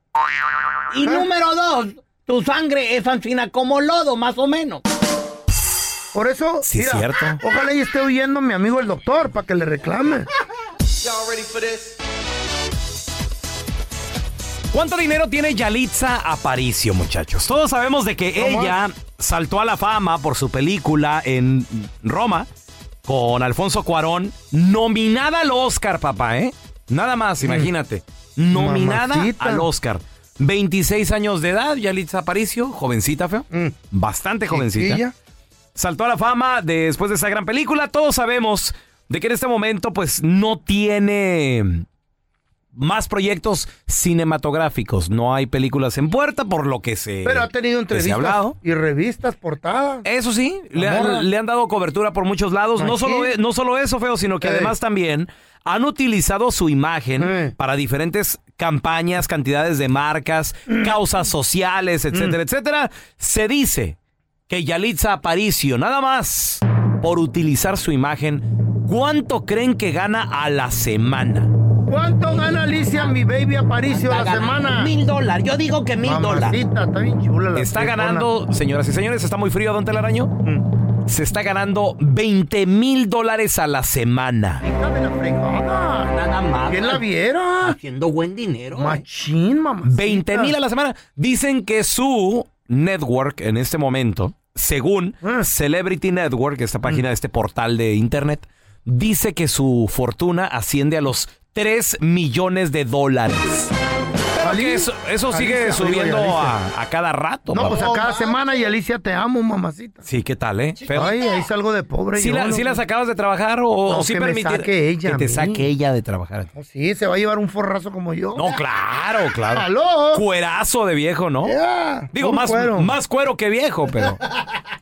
[SPEAKER 13] Y número dos, tu sangre es ansina como lodo, más o menos.
[SPEAKER 4] Por eso,
[SPEAKER 13] Sí,
[SPEAKER 4] mira,
[SPEAKER 13] cierto.
[SPEAKER 4] ojalá y esté oyendo mi amigo el doctor para que le reclame.
[SPEAKER 24] Y'all ready for this?
[SPEAKER 2] ¿Cuánto dinero tiene Yalitza Aparicio, muchachos? Todos sabemos de que ella saltó a la fama por su película en Roma con Alfonso Cuarón, nominada al Oscar, papá, ¿eh? Nada más, imagínate. Nominada
[SPEAKER 4] Mamacita.
[SPEAKER 2] al Oscar. 26 años de edad, Yalitza Aparicio, jovencita, feo. Bastante jovencita.
[SPEAKER 4] Chiquilla.
[SPEAKER 2] Saltó a la fama después de esa gran película. Todos sabemos de que en este momento, pues, no tiene más proyectos cinematográficos. No hay películas en puerta, por lo que se.
[SPEAKER 4] Pero ha tenido
[SPEAKER 2] que se ha
[SPEAKER 4] entrevistas
[SPEAKER 2] hablado.
[SPEAKER 4] y revistas portadas.
[SPEAKER 2] Eso sí, Le,
[SPEAKER 4] La morra.
[SPEAKER 2] han- le han dado cobertura por muchos lados. No
[SPEAKER 4] Machín.
[SPEAKER 2] solo, e- no solo eso, feo, sino que
[SPEAKER 4] Ey.
[SPEAKER 2] además también han utilizado su imagen para diferentes campañas, cantidades de marcas,
[SPEAKER 4] Mm.
[SPEAKER 2] causas sociales, etcétera, etcétera. Se dice que Yalitza Aparicio, nada más por utilizar su imagen, ¿cuánto creen que gana a la semana?
[SPEAKER 4] ¿Cuánto gana Alicia, mi baby Aparicio, a la semana?
[SPEAKER 13] Mil dólares. Yo digo que mil dólares.
[SPEAKER 4] Mamacita, está bien chula la
[SPEAKER 2] Está
[SPEAKER 4] viejona.
[SPEAKER 2] ganando, señoras y señores, está muy frío, don Telaraño.
[SPEAKER 4] Mm.
[SPEAKER 2] Se está ganando 20 mil dólares a la semana.
[SPEAKER 4] Dame la fregada.
[SPEAKER 13] Nada más.
[SPEAKER 4] ¿Quién la viera?
[SPEAKER 13] Haciendo buen dinero.
[SPEAKER 4] Machín, mamá.
[SPEAKER 2] 20 mil a la semana. Dicen que su network en este momento, según
[SPEAKER 4] Ah.
[SPEAKER 2] Celebrity Network, esta
[SPEAKER 4] Mm.
[SPEAKER 2] página, este portal de internet, dice que su fortuna asciende a los 3 millones de dólares. Pero que eso, eso sigue
[SPEAKER 4] Alicia,
[SPEAKER 2] subiendo
[SPEAKER 4] digo,
[SPEAKER 2] a, a cada rato.
[SPEAKER 4] No,
[SPEAKER 2] papá.
[SPEAKER 4] pues a cada semana y Alicia te amo, mamacita.
[SPEAKER 2] Sí, ¿qué tal, eh? Feo.
[SPEAKER 4] Ay, ahí salgo de pobre.
[SPEAKER 2] ¿Sí,
[SPEAKER 4] yo,
[SPEAKER 2] la-
[SPEAKER 4] loco.
[SPEAKER 2] sí las acabas de trabajar o,
[SPEAKER 4] No,
[SPEAKER 2] o sí
[SPEAKER 4] que me
[SPEAKER 2] permitir-
[SPEAKER 4] saque ella
[SPEAKER 2] que
[SPEAKER 4] a
[SPEAKER 2] te
[SPEAKER 4] mí.
[SPEAKER 2] saque ella de trabajar?
[SPEAKER 4] Oh, Sí, se va a llevar un forrazo como yo.
[SPEAKER 2] No, claro, claro.
[SPEAKER 4] Aló.
[SPEAKER 2] Cuerazo de viejo, ¿no?
[SPEAKER 4] Ya,
[SPEAKER 2] Digo,
[SPEAKER 4] puro
[SPEAKER 2] más
[SPEAKER 4] cuero.
[SPEAKER 2] cuero. más cuero que viejo, pero.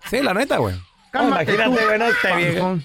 [SPEAKER 2] Sí, la neta, güey.
[SPEAKER 4] Cálmate tú,
[SPEAKER 2] güey, no, este
[SPEAKER 4] panzón.